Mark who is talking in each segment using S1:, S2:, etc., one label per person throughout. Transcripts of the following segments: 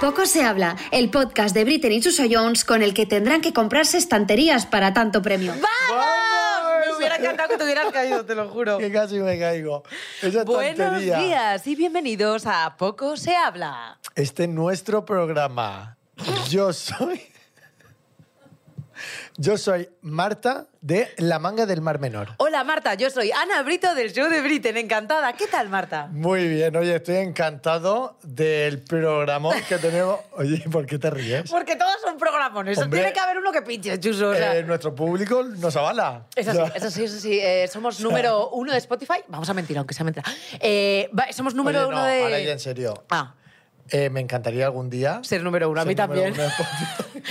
S1: Poco se habla, el podcast de Britney y Chuso Jones con el que tendrán que comprarse estanterías para tanto premio.
S2: ¡Vamos! Me hubiera encantado que te hubieras caído, te lo juro.
S3: Que casi me caigo. Esa
S2: Buenos
S3: tontería.
S2: días y bienvenidos a Poco se habla.
S3: Este es nuestro programa. Yo soy. Yo soy Marta de La Manga del Mar Menor.
S2: Hola Marta, yo soy Ana Brito del show de Britain, encantada. ¿Qué tal Marta?
S3: Muy bien, oye, estoy encantado del programa que tenemos. Oye, ¿por qué te ríes?
S2: Porque todos son programones,
S3: Hombre,
S2: tiene que haber uno que pinche, chuso. o sea.
S3: Eh, nuestro público nos avala.
S2: Eso sí,
S3: Ya.
S2: eso sí, eso sí. eh, somos número uno de Spotify. Vamos a mentir, aunque sea mentira. Eh, va- somos número
S3: Oye, no,
S2: uno de.
S3: Ahora ya en serio.
S2: Ah,
S3: Eh, me encantaría algún día.
S2: ser número uno, a
S3: ser
S2: mí
S3: número
S2: también.
S3: uno de Spotify.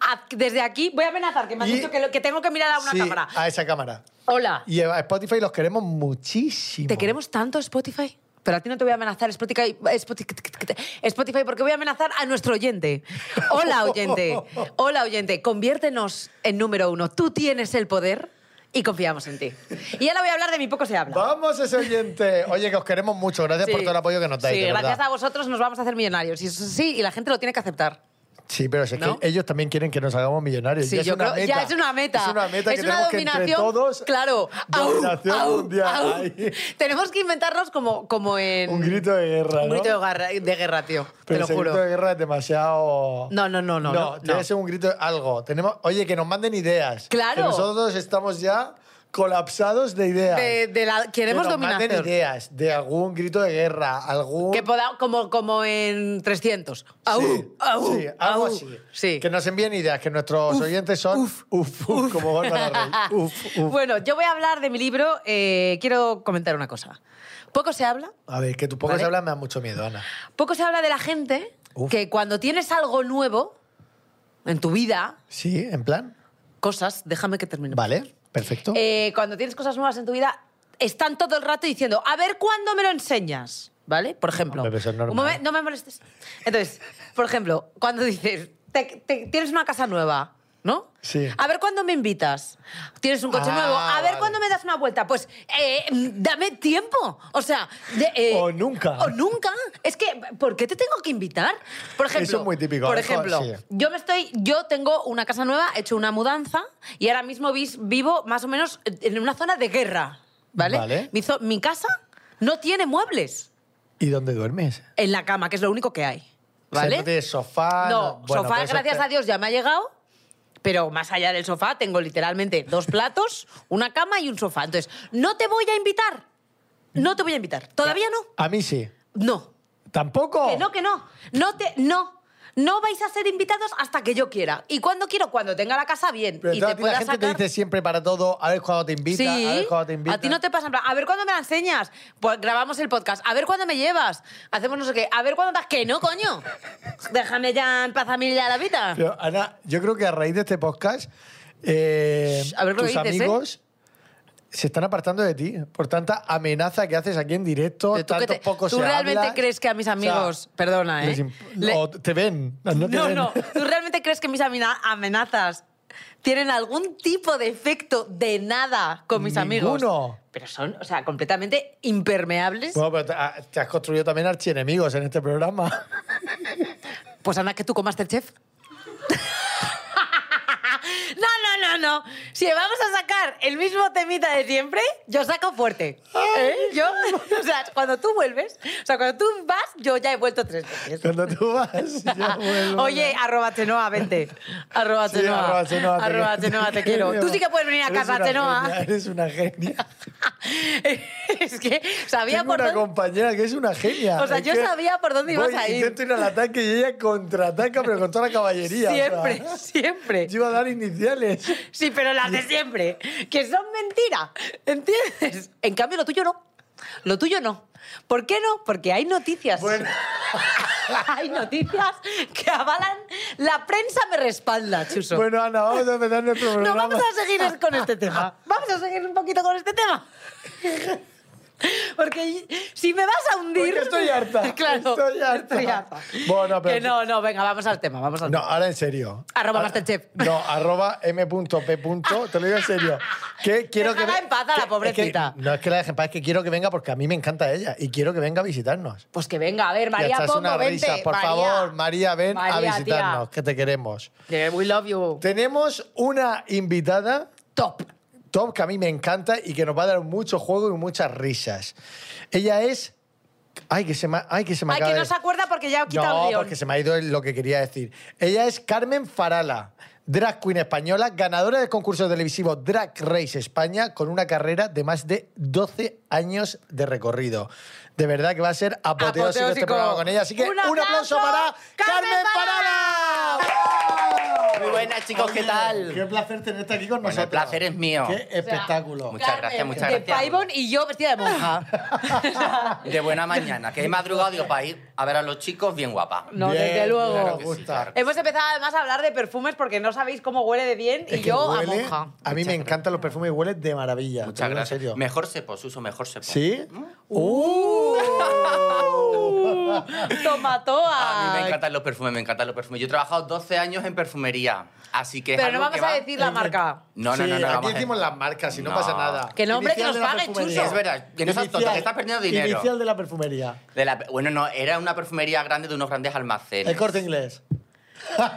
S2: Ah, Desde aquí voy a amenazar, que me han
S3: Y-
S2: dicho que, lo- que tengo que mirar a una
S3: Sí,
S2: cámara.
S3: A esa cámara.
S2: Hola.
S3: Y a Spotify los queremos muchísimo.
S2: ¿Te queremos tanto, Spotify? Pero a ti no te voy a amenazar, Spotify, Spotify- Spotify, porque voy a amenazar a nuestro oyente. Hola, oyente. Hola, oyente. Conviértenos en número uno. Tú tienes el poder y confiamos en ti. Y ahora voy a hablar de mi poco se habla.
S3: Vamos, ese oyente. Oye, que os queremos mucho. Gracias por
S2: Sí.
S3: todo el apoyo que nos dais.
S2: Sí,
S3: de verdad.
S2: gracias a vosotros nos vamos a hacer millonarios. Y eso sí, y la gente lo tiene que aceptar.
S3: Sí, pero si es
S2: ¿No?
S3: que ellos también quieren que nos hagamos millonarios.
S2: Sí,
S3: ya, es
S2: yo
S3: una
S2: creo-
S3: meta.
S2: ya es una meta.
S3: Es una meta
S2: Es
S3: que
S2: una
S3: tenemos que entre
S2: dominación,
S3: todos.
S2: claro. ¡Au!
S3: Dominación
S2: ¡Au!
S3: mundial.
S2: ¡Au!
S3: Ahí.
S2: Tenemos que inventarnos como, como en.
S3: Un grito de guerra.
S2: Un
S3: ¿no?
S2: grito de guerra, de guerra, tío.
S3: Pero
S2: te
S3: ese
S2: lo juro.
S3: grito de guerra es demasiado.
S2: No, no, no, no,
S3: No,
S2: no,
S3: tiene
S2: no.
S3: que ser un grito de algo. Tenemos... Oye, que nos manden ideas.
S2: Claro.
S3: Que nosotros estamos ya colapsados de ideas.
S2: De- de la- queremos
S3: que nos manden
S2: dominación.
S3: ideas de algún grito de guerra, algún.
S2: Que poda- como, como en 300. ¡Au!
S3: Sí,
S2: ¡Au!
S3: sí, algo
S2: ¡Au!
S3: así.
S2: Sí.
S3: Que nos envíen ideas, que nuestros oyentes son uf, uf, como Bárbara Rey. Uf, uf.
S2: Bueno, yo voy a hablar de mi libro. eh, quiero comentar una cosa. Poco se habla
S3: A ver, que tú pongas
S2: Vale.
S3: hablar me da mucho miedo, Ana.
S2: Poco se habla de la gente
S3: Uf.
S2: que cuando tienes algo nuevo en tu vida,
S3: Sí, en plan.
S2: cosas, déjame que termine.
S3: Vale, perfecto.
S2: Eh, cuando tienes cosas nuevas en tu vida, están todo el rato diciendo, a ver cuándo me lo enseñas, ¿vale? Por ejemplo.
S3: Hombre, pero eso es
S2: un
S3: normal.
S2: momen- no me molestes. Entonces, por ejemplo, cuando dices, te- te- tienes una casa nueva, ¿no?
S3: Sí.
S2: A ver cuándo me invitas. Tienes un coche
S3: Ah,
S2: nuevo. A ver
S3: vale.
S2: cuándo me das una vuelta. Pues eh, dame tiempo. O sea, de- eh,
S3: O nunca.
S2: O nunca. Es que, ¿por qué te tengo que invitar? Por ejemplo.
S3: Eso es muy típico,
S2: Por
S3: eso
S2: ejemplo,
S3: sí.
S2: yo me estoy, yo tengo una casa nueva, he hecho una mudanza y ahora mismo vis- vivo más o menos en una zona de guerra, ¿vale?
S3: Vale.
S2: Mi, zo- mi casa no tiene muebles
S3: ¿Y dónde duermes?
S2: en la cama, que es lo único que hay,
S3: O sea,
S2: ¿vale?
S3: no tienes sofá.
S2: No,
S3: bueno, pero
S2: sofá,
S3: eso
S2: gracias
S3: es que-
S2: a Dios, ya me ha llegado. Pero más allá del sofá, tengo literalmente dos platos, una cama y un sofá. Entonces, no te voy a invitar. No te voy a invitar. Todavía no.
S3: A mí sí.
S2: No.
S3: ¿Tampoco?
S2: Que no, que no. No te. No. No vais a ser invitados hasta que yo quiera. Y cuando quiero, cuando tenga la casa bien.
S3: Pero
S2: y
S3: entonces
S2: te
S3: a ti la
S2: pueda
S3: gente
S2: sacar.
S3: te dice siempre para todo, a ver cuándo te invita,
S2: sí,
S3: a ver cuándo te invita.
S2: a ti no te pasa en plan, a ver cuándo me la enseñas. Pues grabamos el podcast, a ver cuándo me llevas, hacemos no sé qué, a ver cuándo das, que no, coño. Déjame ya en paz a mí ya la vida.
S3: Pero, Ana, yo creo que a raíz de este podcast, eh,
S2: Shh, a ver lo
S3: tus
S2: que dices, ¿eh?
S3: amigos se están apartando de ti por tanta amenaza que haces aquí en directo,
S2: Pero tú
S3: tanto
S2: que te-
S3: poco
S2: tú
S3: se
S2: realmente
S3: habla.
S2: crees que a mis amigos- perdona, ¿eh?
S3: les imp-
S2: Le-
S3: o te ven. No, te
S2: No,
S3: ven.
S2: no. ¿Tú realmente crees que mis amina- amenazas tienen algún tipo de efecto de nada con mis amigos?
S3: Ninguno.
S2: Pero son, o sea, completamente impermeables.
S3: Bueno, pero te, ah, te has construido también archienemigos en este programa.
S2: Pues Ana, que tú con Masterchef. No, no, no, no. Si vamos a sacar el mismo temita de siempre, yo saco fuerte. ¿Eh? Yo, o sea, cuando tú vuelves, o sea, cuando tú vas, yo ya he vuelto tres veces. Ah,
S3: Cuando tú vas, yo vuelvo.
S2: Oye, arroba Chenoa, vente. Arroba
S3: Sí,
S2: Chenoa.
S3: arroba Chenoa,
S2: Arroba Chenoa, te quiero. Tú sí que puedes venir a
S3: Eres
S2: casa,
S3: una
S2: Chenoa.
S3: genia, Eres una genia.
S2: es que sabía
S3: Tengo
S2: por
S3: una
S2: dónde...
S3: compañera que es una genia.
S2: O sea,
S3: Es
S2: yo
S3: que
S2: sabía por dónde ibas
S3: voy,
S2: a ir.
S3: Intento ir al ataque y ella contraataca, pero con toda la caballería. o sea,
S2: Siempre, siempre.
S3: yo iba a dar iniciales.
S2: Sí, pero las de siempre. Que son mentira. ¿Entiendes? En cambio, lo tuyo no. Lo tuyo no. ¿Por qué no? Porque hay noticias.
S3: Bueno.
S2: hay noticias que avalan. La prensa me respalda, Chuso.
S3: Bueno, Ana, vamos a empezar nuestro
S2: No,
S3: programa.
S2: vamos a seguir es- con este tema. Vamos a seguir un poquito con este tema. Porque si me vas a hundir.
S3: Porque estoy harta,
S2: Claro.
S3: estoy harta.
S2: estoy harta.
S3: Bueno, pero-
S2: Que no, no, venga, vamos al tema, vamos al
S3: No,
S2: tema.
S3: ahora en serio.
S2: Arroba
S3: Ah,
S2: Masterchef.
S3: No, arroba m.p. Te lo digo en serio. Que quiero que
S2: Déjala
S3: ve-
S2: en paz a la
S3: que- es que-
S2: pobrecita.
S3: no es que la deje en paz, es que quiero que venga porque a mí me encanta ella y quiero que venga a visitarnos.
S2: Pues que venga, a ver,
S3: Y
S2: María
S3: echas
S2: Pombo,
S3: una
S2: vente.
S3: risa. Por
S2: María.
S3: favor, María, ven a
S2: María,
S3: visitarnos, que te queremos.
S2: tía. Yeah, We love you.
S3: Tenemos una invitada
S2: Top.
S3: top que a mí me encanta y que nos va a dar mucho juego y muchas risas. Ella es. Ay, que se me, ay, que se me
S2: Ay,
S3: acaba
S2: que
S3: de-
S2: no se acuerda porque ya ha quitado
S3: No,
S2: el guión.
S3: porque se me ha ido lo que quería decir. Ella es Carmen Farala, drag queen española, ganadora del concurso televisivo Drag Race España, con una carrera de más de 12 años de recorrido. De verdad que va a ser apoteósico, este
S2: Apoteósico.
S3: programa con ella. Así que
S2: Un
S3: un
S2: aplauso
S3: aplauso, para
S2: Carmen
S3: Carmen Farala.
S4: Muy buenas, chicos, ¿qué tal?
S3: Qué placer tenerte aquí con
S4: Bueno, el
S3: nosotros.
S4: placer es mío.
S3: Qué espectáculo.
S4: muchas gracias, muchas
S2: de
S4: gracias.
S2: Paibon y yo vestida de
S3: Ah,
S2: monja.
S4: De buena mañana, que he madrugado digo, para ir a ver a los chicos bien guapa.
S2: No,
S3: Bien,
S2: desde luego.
S3: claro que sí,
S4: Gusta.
S3: claro que
S2: Hemos empezado además a hablar de perfumes porque no sabéis cómo huele de bien
S3: Es
S2: y
S3: que
S2: yo
S3: huele-
S2: a monja.
S3: A mí me encantan los perfumes y huele de maravilla. te
S4: Muchas
S3: digo
S4: gracias.
S3: En serio.
S4: Mejor Uh. sepo, Suso, mejor sepo.
S3: ¿Sí? Uh.
S2: Tomatoa.
S4: A mí me encantan los perfumes, me encantan los perfumes. Yo he trabajado 12 años en perfumería, así que... es
S2: Pero no
S4: algo
S2: vamos
S4: que
S2: a
S4: va-
S2: decir la marca.
S4: No, no,
S3: Sí,
S4: no, no,
S3: Aquí
S4: vamos a-
S3: decimos las marcas y no,
S4: No.
S3: pasa nada.
S2: Que no, hombre,
S3: Inicial
S2: que
S3: de
S2: nos
S3: la
S2: pague,
S3: perfumería.
S2: Chuso. Es
S4: verdad, que no seas tonto, que estás perdiendo dinero.
S3: Inicial de la perfumería.
S4: de la- Bueno, no, era una perfumería grande de unos grandes almacenes.
S3: El corte inglés.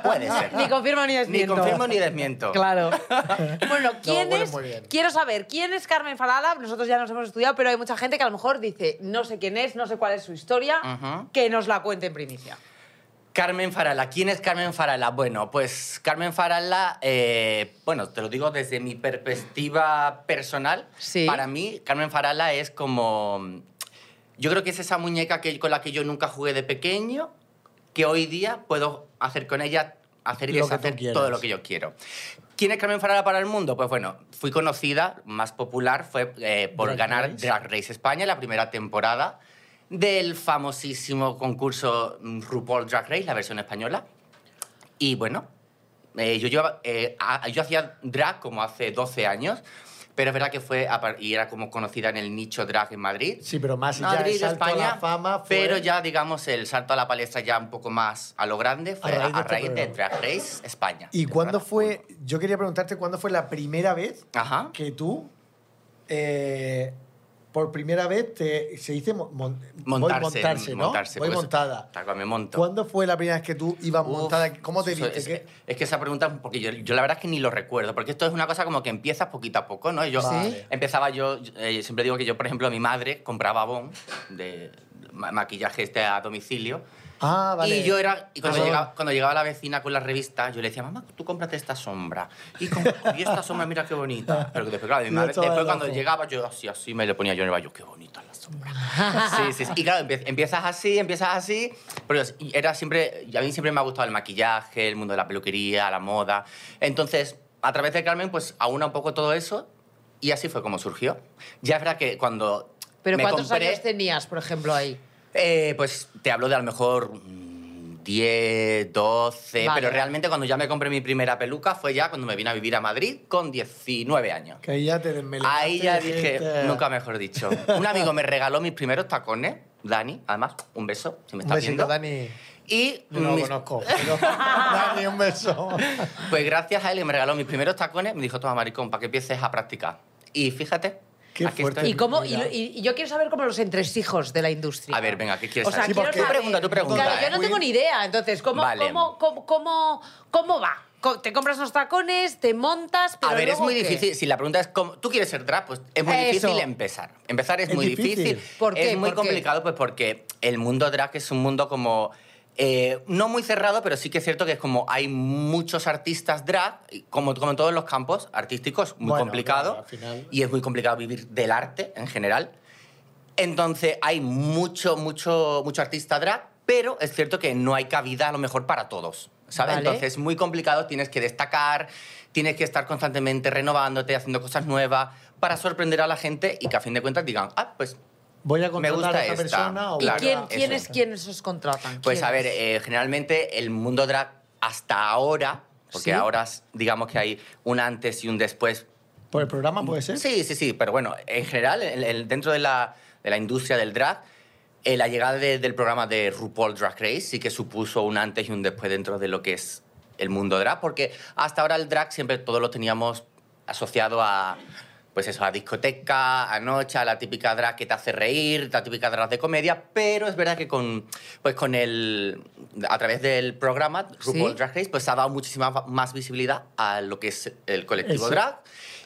S4: Puede ser.
S2: Ni confirmo ni
S4: Ni
S2: desmiento.
S4: confirmo ni desmiento.
S2: Claro. bueno, ¿quién
S3: No, huele
S2: es?
S3: muy bien.
S2: Quiero saber, ¿quién es Carmen Falala? Nosotros ya nos hemos estudiado, pero hay mucha gente que a lo mejor dice, no sé quién es, no sé cuál es su historia,
S4: Ujú.
S2: que nos la cuente en primicia.
S4: Carmen Farala. ¿Quién es Carmen Farala? Bueno, pues Carmen Farala, eh, bueno, te lo digo desde mi perspectiva personal.
S2: Sí.
S4: Para mí, Carmen Farala es como... Yo creo que es esa muñeca que, con la que yo nunca jugué de pequeño, que hoy día puedo hacer con ella, hacer y
S3: Lo que tú
S4: deshacer
S3: quieras.
S4: todo lo que yo quiero. ¿Quién es Carmen Farala para el mundo? Pues bueno, fui conocida, más popular, fue eh, por
S3: Drag
S4: ganar
S3: Race.
S4: Drag Race España, la primera temporada del famosísimo concurso mm, RuPaul Drag Race, la versión española. Y bueno, eh, yo, llevaba, eh, a- yo hacía drag como hace 12 años, pero es verdad que fue, a par- y era como conocida en el nicho drag en Madrid.
S3: Sí, pero más allá
S4: Madrid,
S3: de salto a
S4: España,
S3: la fama fue...
S4: pero ya digamos el salto a la palestra ya un poco más a lo grande fue a,
S3: raíz de este
S4: raíz de
S3: programa.
S4: Drag Race España.
S3: ¿Y cuándo
S4: Temporada
S3: fue...?
S4: uno.
S3: Yo quería preguntarte cuándo fue la primera vez
S4: Ajá.
S3: que tú... eh, por primera vez te, se dice mon- mon- voy
S4: Montarse,
S3: montarse, ¿no?
S4: montarse,
S3: voy
S4: pues,
S3: montada.
S4: Tal cual me monto.
S3: ¿Cuándo fue la primera vez que tú ibas
S4: Uf,
S3: montada? ¿Cómo te
S4: eso-
S3: viste?
S4: Es,
S3: ¿Qué-
S4: es que esa pregunta, porque yo, yo la verdad es que ni lo recuerdo, porque esto es una cosa como que empiezas poquito a poco, ¿no? Yo
S3: Vale.
S4: empezaba yo, eh, siempre digo que yo, por ejemplo, mi madre compraba bon de ma- maquillaje este a domicilio.
S3: Ah, vale.
S4: Y yo era, y cuando,
S3: Ah,
S4: llegaba, cuando llegaba la vecina con la revista, yo le decía, mamá, tú cómprate esta sombra. Y, con- y esta sombra, mira qué bonita. Pero que después, claro, mi
S3: Y le
S4: madre-
S3: echaba
S4: después
S3: el
S4: cuando
S3: ojo.
S4: llegaba, yo así, así me le ponía yo en el baño, qué bonita la sombra. Sí, sí, sí. Y claro, empie- empiezas así, empiezas así. Pero es- y era siempre, y a mí siempre me ha gustado el maquillaje, el mundo de la peluquería, la moda. Entonces, a través de Carmen, pues aúna un poco todo eso. Y así fue como surgió. Ya es verdad que cuando.
S2: Pero
S4: me
S2: ¿cuántos
S4: compré-
S2: años tenías, por ejemplo, ahí?
S4: eh, pues te hablo de a lo mejor mm, 10, 12,
S2: Vale.
S4: pero realmente cuando ya me compré mi primera peluca fue ya cuando me vine a vivir a Madrid con 19 años.
S3: Que ahí ya te desmelenaste.
S4: Ahí ya
S3: y
S4: dije,
S3: dijiste,
S4: nunca mejor dicho. Un amigo me regaló mis primeros tacones, Dani, además, un beso, si
S3: Un
S4: me estás
S3: besito,
S4: viendo.
S3: Dani.
S4: Y
S3: Yo no lo
S4: mis-
S3: conozco. pero- Dani, un beso.
S4: pues gracias a él que me regaló mis primeros tacones, me dijo, toma maricón, para que empieces a practicar. Y fíjate,
S3: Qué fuerte.
S2: ¿Y, cómo, y,
S3: Mira.
S2: y- y yo quiero saber cómo los entresijos de la industria.
S4: A ver, venga, ¿qué quieres
S2: o sea,
S4: saber? Sí,
S2: quiero
S3: porque- Tú
S2: saber-
S4: pregunta, tú pregunta,
S2: Claro, yo no
S3: ¿eh?
S2: tengo ni idea. Entonces, ¿cómo,
S4: Vale.
S2: cómo, cómo, cómo, cómo va? Co- ¿Te compras los tacones? ¿Te montas? Pero
S4: a ver, es
S2: luego
S4: muy
S2: qué?
S4: difícil. Si la pregunta es cómo tú quieres ser drag, pues es muy
S2: Eso.
S4: difícil empezar. Empezar es,
S3: Es
S4: muy
S3: difícil.
S4: difícil.
S2: ¿Por qué?
S4: Es muy
S2: ¿Por qué?
S4: complicado, pues porque el mundo drag es un mundo como eh, no muy cerrado, pero sí que es cierto que es como hay muchos artistas drag, y como, como en todos los campos artísticos, muy
S3: Bueno,
S4: complicado.
S3: claro, al final-
S4: Y es muy complicado vivir del arte en general. Entonces hay mucho, mucho, mucho artista drag, pero es cierto que no hay cabida a lo mejor para todos. ¿Sabes?
S2: Vale.
S4: Entonces es muy complicado, tienes que destacar, tienes que estar constantemente renovándote, haciendo cosas nuevas para sorprender a la gente y que a fin de cuentas digan, ah, pues
S3: Voy a
S4: me
S3: contratar
S4: gusta
S3: a esta
S4: esta.
S3: persona. o
S4: Claro,
S3: voy
S2: ¿Quién,
S3: a-
S2: quién
S4: eso.
S2: es quienes os contratan?
S4: Pues
S2: ¿Quién
S4: a ver,
S2: es?
S4: eh, generalmente el mundo drag hasta ahora, porque
S2: ¿Sí?
S4: ahora s- digamos que hay un antes y un después
S3: ¿Por el programa puede ser?
S4: Sí, sí, sí, pero bueno, en general, el- el- dentro de la, de la industria del drag, eh, la llegada de- del programa de RuPaul Drag Race sí que supuso un antes y un después dentro de lo que es el mundo drag, porque hasta ahora el drag siempre todos lo teníamos asociado a pues eso, a discoteca, a noche, a la típica drag que te hace reír, la típica drag de comedia, pero es verdad que con pues con el a través del programa RuPaul
S2: Sí.
S4: Drag Race pues se ha dado muchísima va- más visibilidad a lo que es el colectivo
S3: Eso.
S4: drag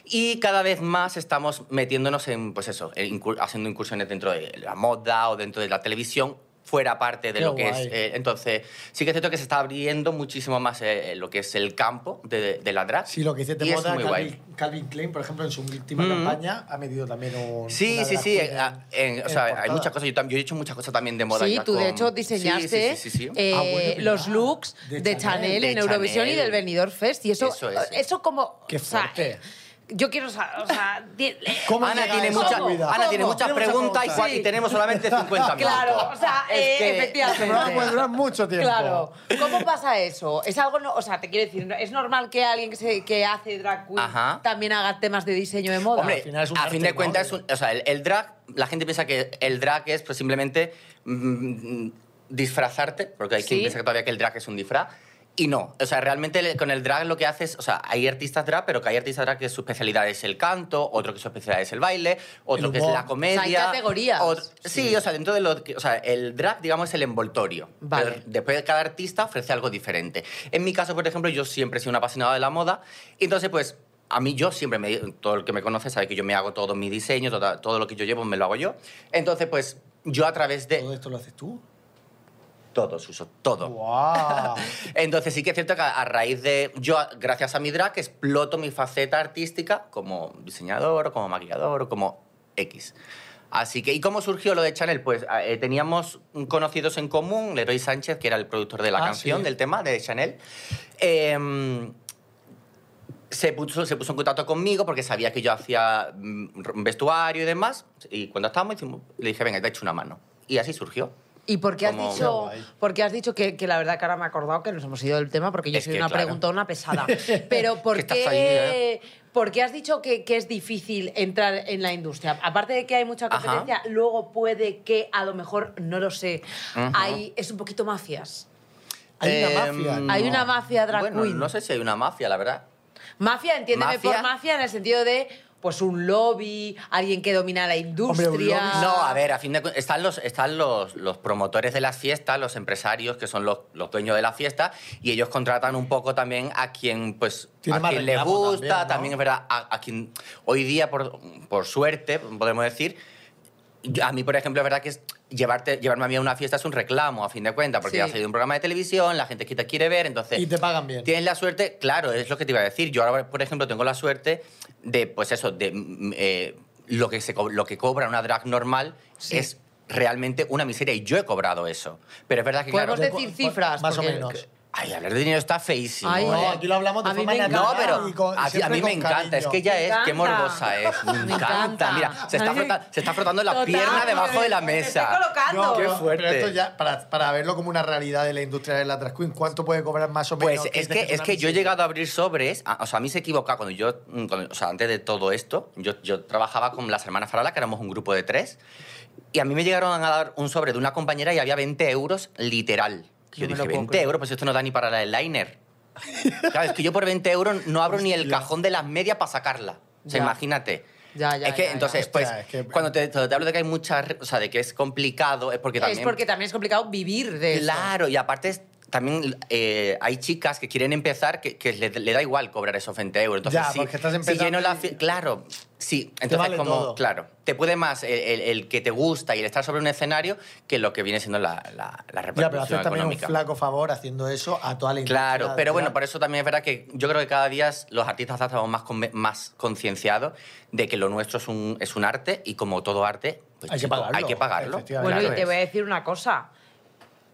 S4: y cada vez más estamos metiéndonos en pues eso, en incur- haciendo incursiones dentro de la moda o dentro de la televisión fuera parte de
S3: Qué
S4: lo que
S3: guay.
S4: es eh, entonces sí que es cierto que se está abriendo muchísimo más eh, lo que es el campo de, de la drag
S3: Sí, lo que dice de
S4: Y es
S3: moda,
S4: muy guay.
S3: Calvin, Calvin Klein, por ejemplo, en su última
S4: Mm.
S3: campaña ha medido también un.
S4: Sí,
S3: una
S4: sí,
S3: drag
S4: sí.
S3: queen
S4: eh, ah, en- o sea, hay
S3: portada.
S4: muchas cosas. Yo, tam- yo he hecho muchas cosas también de moda.
S2: sí,
S4: ya
S2: tú
S4: con-
S2: de hecho
S4: Sí, sí,
S2: diseñaste
S4: sí, sí, sí.
S2: eh,
S3: Ah, bueno,
S2: los
S3: ¿verdad?
S2: looks
S3: De
S2: de,
S3: Chanel.
S2: Chanel,
S4: De
S2: en Eurovisión y
S4: Chanel.
S2: del Benidorm Fest. Y eso,
S4: Eso
S2: eso,
S4: es.
S2: como...
S3: Qué
S2: o sea,
S3: fuerte.
S2: yo quiero... sa- O sea, di- eh,
S3: ¿Cómo
S4: Ana,
S3: llega
S4: tiene,
S3: eso a
S4: mucha-
S3: tu vida?
S4: Ana tiene
S3: ¿Cómo?
S4: muchas
S3: Tiene
S4: preguntas y, cua- y tenemos solamente 50 minutos.
S2: Claro, o sea,
S4: Es
S2: eh,
S4: que-
S3: El programa puede
S2: efectivamente.
S3: durar mucho tiempo.
S2: Claro. ¿Cómo pasa eso? Es algo, no, o sea, te quiero decir, ¿no- es normal que alguien que, se, que hace drag queen
S4: Ajá.
S2: también haga temas de diseño de moda.
S4: Hombre,
S3: al final es un
S4: a
S3: arte,
S4: fin de
S3: ¿no?
S4: cuentas, es un- o sea, el, el drag, la gente piensa que el drag es pues, simplemente mm, disfrazarte, porque hay quien
S2: Sí.
S4: piensa que todavía que el drag es un disfraz. Y no, o sea, realmente le- con el drag lo que haces, o sea, hay artistas drag, pero que hay artistas drag que su especialidad es el canto, otro que su especialidad es el baile, otro
S3: El
S4: que es
S3: humor.
S4: la comedia.
S2: O sea, hay categorías.
S4: otro- sí, o sea, dentro de lo que, o sea, el drag, digamos, es el envoltorio.
S2: Vale.
S4: Pero después cada artista ofrece algo diferente. En mi caso, por ejemplo, yo siempre he sido un apasionado de la moda. Y entonces, pues, a mí yo siempre, me, todo el que me conoce sabe que yo me hago todos mis diseños, todo, todo lo que yo llevo me lo hago yo. Entonces, pues, yo a través
S3: Todo
S4: de...
S3: esto lo haces tú.
S4: Todo, Suso, todo.
S3: ¡Guau!
S4: Entonces sí que es cierto que a a raíz de... Yo, gracias a mi drag, exploto mi faceta artística como diseñador, como maquillador, como X. Así que, ¿y cómo surgió lo de Chanel? Pues a- eh, teníamos conocidos en común, Leroy Sánchez, que era el productor de la
S3: Ah,
S4: canción,
S3: sí.
S4: del tema de Chanel. Em, se puso, se puso en contacto conmigo porque sabía que yo hacía mm, vestuario y demás. Y cuando estábamos, hicimos- le dije, venga, te echo una mano. Y así surgió.
S2: ¿Y por qué has
S4: Como-
S2: dicho,
S3: Qué guay.
S2: por qué has dicho que, que la verdad que ahora me he acordado que nos hemos ido del tema porque yo
S4: Es
S2: soy
S4: que,
S2: una
S4: claro.
S2: preguntona pesada? Pero ¿por
S4: estás
S2: qué,
S4: ahí, ¿eh?
S2: por qué has dicho que, que es difícil entrar en la industria? Aparte de que hay mucha
S4: Ajá.
S2: competencia, luego puede que a lo mejor, no lo sé,
S4: Ujú.
S2: hay, es un poquito mafias.
S3: Hay una
S4: Em,
S3: mafia. ¿no?
S2: Hay una mafia drag
S4: bueno,
S2: queen.
S4: no sé si hay una mafia, la verdad.
S2: Mafia, entiéndeme
S4: Mafia.
S2: por mafia en el sentido de pues un lobby, alguien que domina la industria.
S3: lobby-
S4: No, a ver, a fin de cuentas, están, los, están los, los promotores de las fiestas, los empresarios que son los, los dueños de la fiesta, y ellos contratan un poco también a quien, pues,
S3: Tiene
S4: a
S3: más
S4: quien les
S3: reclamo
S4: gusta,
S3: también, ¿no?
S4: también, es verdad, a, a quien hoy día, por, por suerte, podemos decir, yo- a mí, por ejemplo, es verdad que es llevarte, llevarme a mí a una fiesta es un reclamo, a fin de cuentas, porque
S2: Sí.
S4: ha salido un programa de televisión, la gente que te quiere ver, entonces...
S3: Y te pagan bien.
S4: Tienes la suerte, claro, es lo que te iba a decir. Yo ahora, por ejemplo, tengo la suerte de, pues eso, de mm, eh, lo, que se co- lo que cobra una drag normal
S2: Sí.
S4: es realmente una miseria y yo he cobrado eso. Pero es verdad que, claro...
S2: Podemos decir
S3: Cu- cu-
S2: cifras.
S3: Más o
S2: porque-
S3: menos.
S4: Ay, hablar de dinero está feísimo,
S2: Ay,
S4: ¿eh?
S3: No, aquí lo hablamos de
S2: A mí
S3: forma
S2: me
S3: natural.
S4: No,
S2: encanta.
S4: pero
S3: y con-
S4: a, ti- a
S3: siempre
S4: mí me
S3: con
S4: encanta. Es
S3: cariño.
S4: que ella
S2: Me
S4: es, qué
S2: encanta.
S4: morbosa es. Me
S2: Me
S4: encanta.
S2: encanta.
S4: Mira, se está,
S2: Ay.
S4: frota- se está frotando la
S2: Total,
S4: pierna debajo de la
S2: me
S4: mesa.
S2: estoy colocando.
S3: No,
S4: Qué
S3: no,
S4: fuerte.
S3: Pero esto ya, para, para verlo como una realidad de la industria de la drag queen, ¿cuánto puede cobrar más o
S4: Pues
S3: menos?
S4: es
S3: Dices
S4: que, es
S3: una
S4: que yo
S3: miseria.
S4: he llegado a abrir sobres, a- o sea, a mí se equivoca cuando yo, mm, cuando- o sea, antes de todo esto, yo, yo trabajaba con las hermanas Farala, que éramos un grupo de tres, y a mí me llegaron a dar un sobre de una compañera y había 20 euros literal.
S2: Que
S4: Yo
S2: no me lo
S4: dije,
S2: puedo
S4: 20
S2: creer".
S4: euros, pues esto no da ni para el liner. claro, es que yo por 20 euros no abro ni el cajón de las medias para sacarla. O sea,
S2: Ya.
S4: imagínate.
S2: Ya, ya,
S4: es que
S2: ya, ya.
S4: entonces,
S3: Hostia,
S4: pues,
S3: es que-
S4: cuando te, te hablo de que hay muchas, re- o sea, de que es complicado, es porque
S2: Es porque también es complicado vivir de esto.
S4: Claro, y aparte es- también eh, hay chicas que quieren empezar que, que le, le da igual cobrar esos 20 euros. Entonces,
S3: Ya,
S4: sí,
S3: porque estás
S4: sí
S3: empezando
S4: lleno la
S3: y-
S4: fi- Claro, sí. Entonces,
S3: vale
S4: como,
S3: todo.
S4: claro, te puede más el, el- el que te gusta y el estar sobre un escenario que lo que viene siendo la, la,
S3: Ya,
S4: la
S3: pero
S4: repercusión
S3: haces también un
S4: económica.
S3: flaco favor haciendo eso a toda la industria.
S4: Claro,
S3: de
S4: pero bueno,
S3: drag.
S4: por eso también es verdad que yo creo que cada día los artistas estamos más, conve- más concienciados de que lo nuestro es un, es un arte y como todo arte, pues,
S3: Hay que
S4: chico,
S3: pagarlo,
S4: Hay que pagarlo.
S3: efectivamente.
S2: Bueno,
S4: Claro
S2: y te
S4: es.
S2: voy a decir una cosa.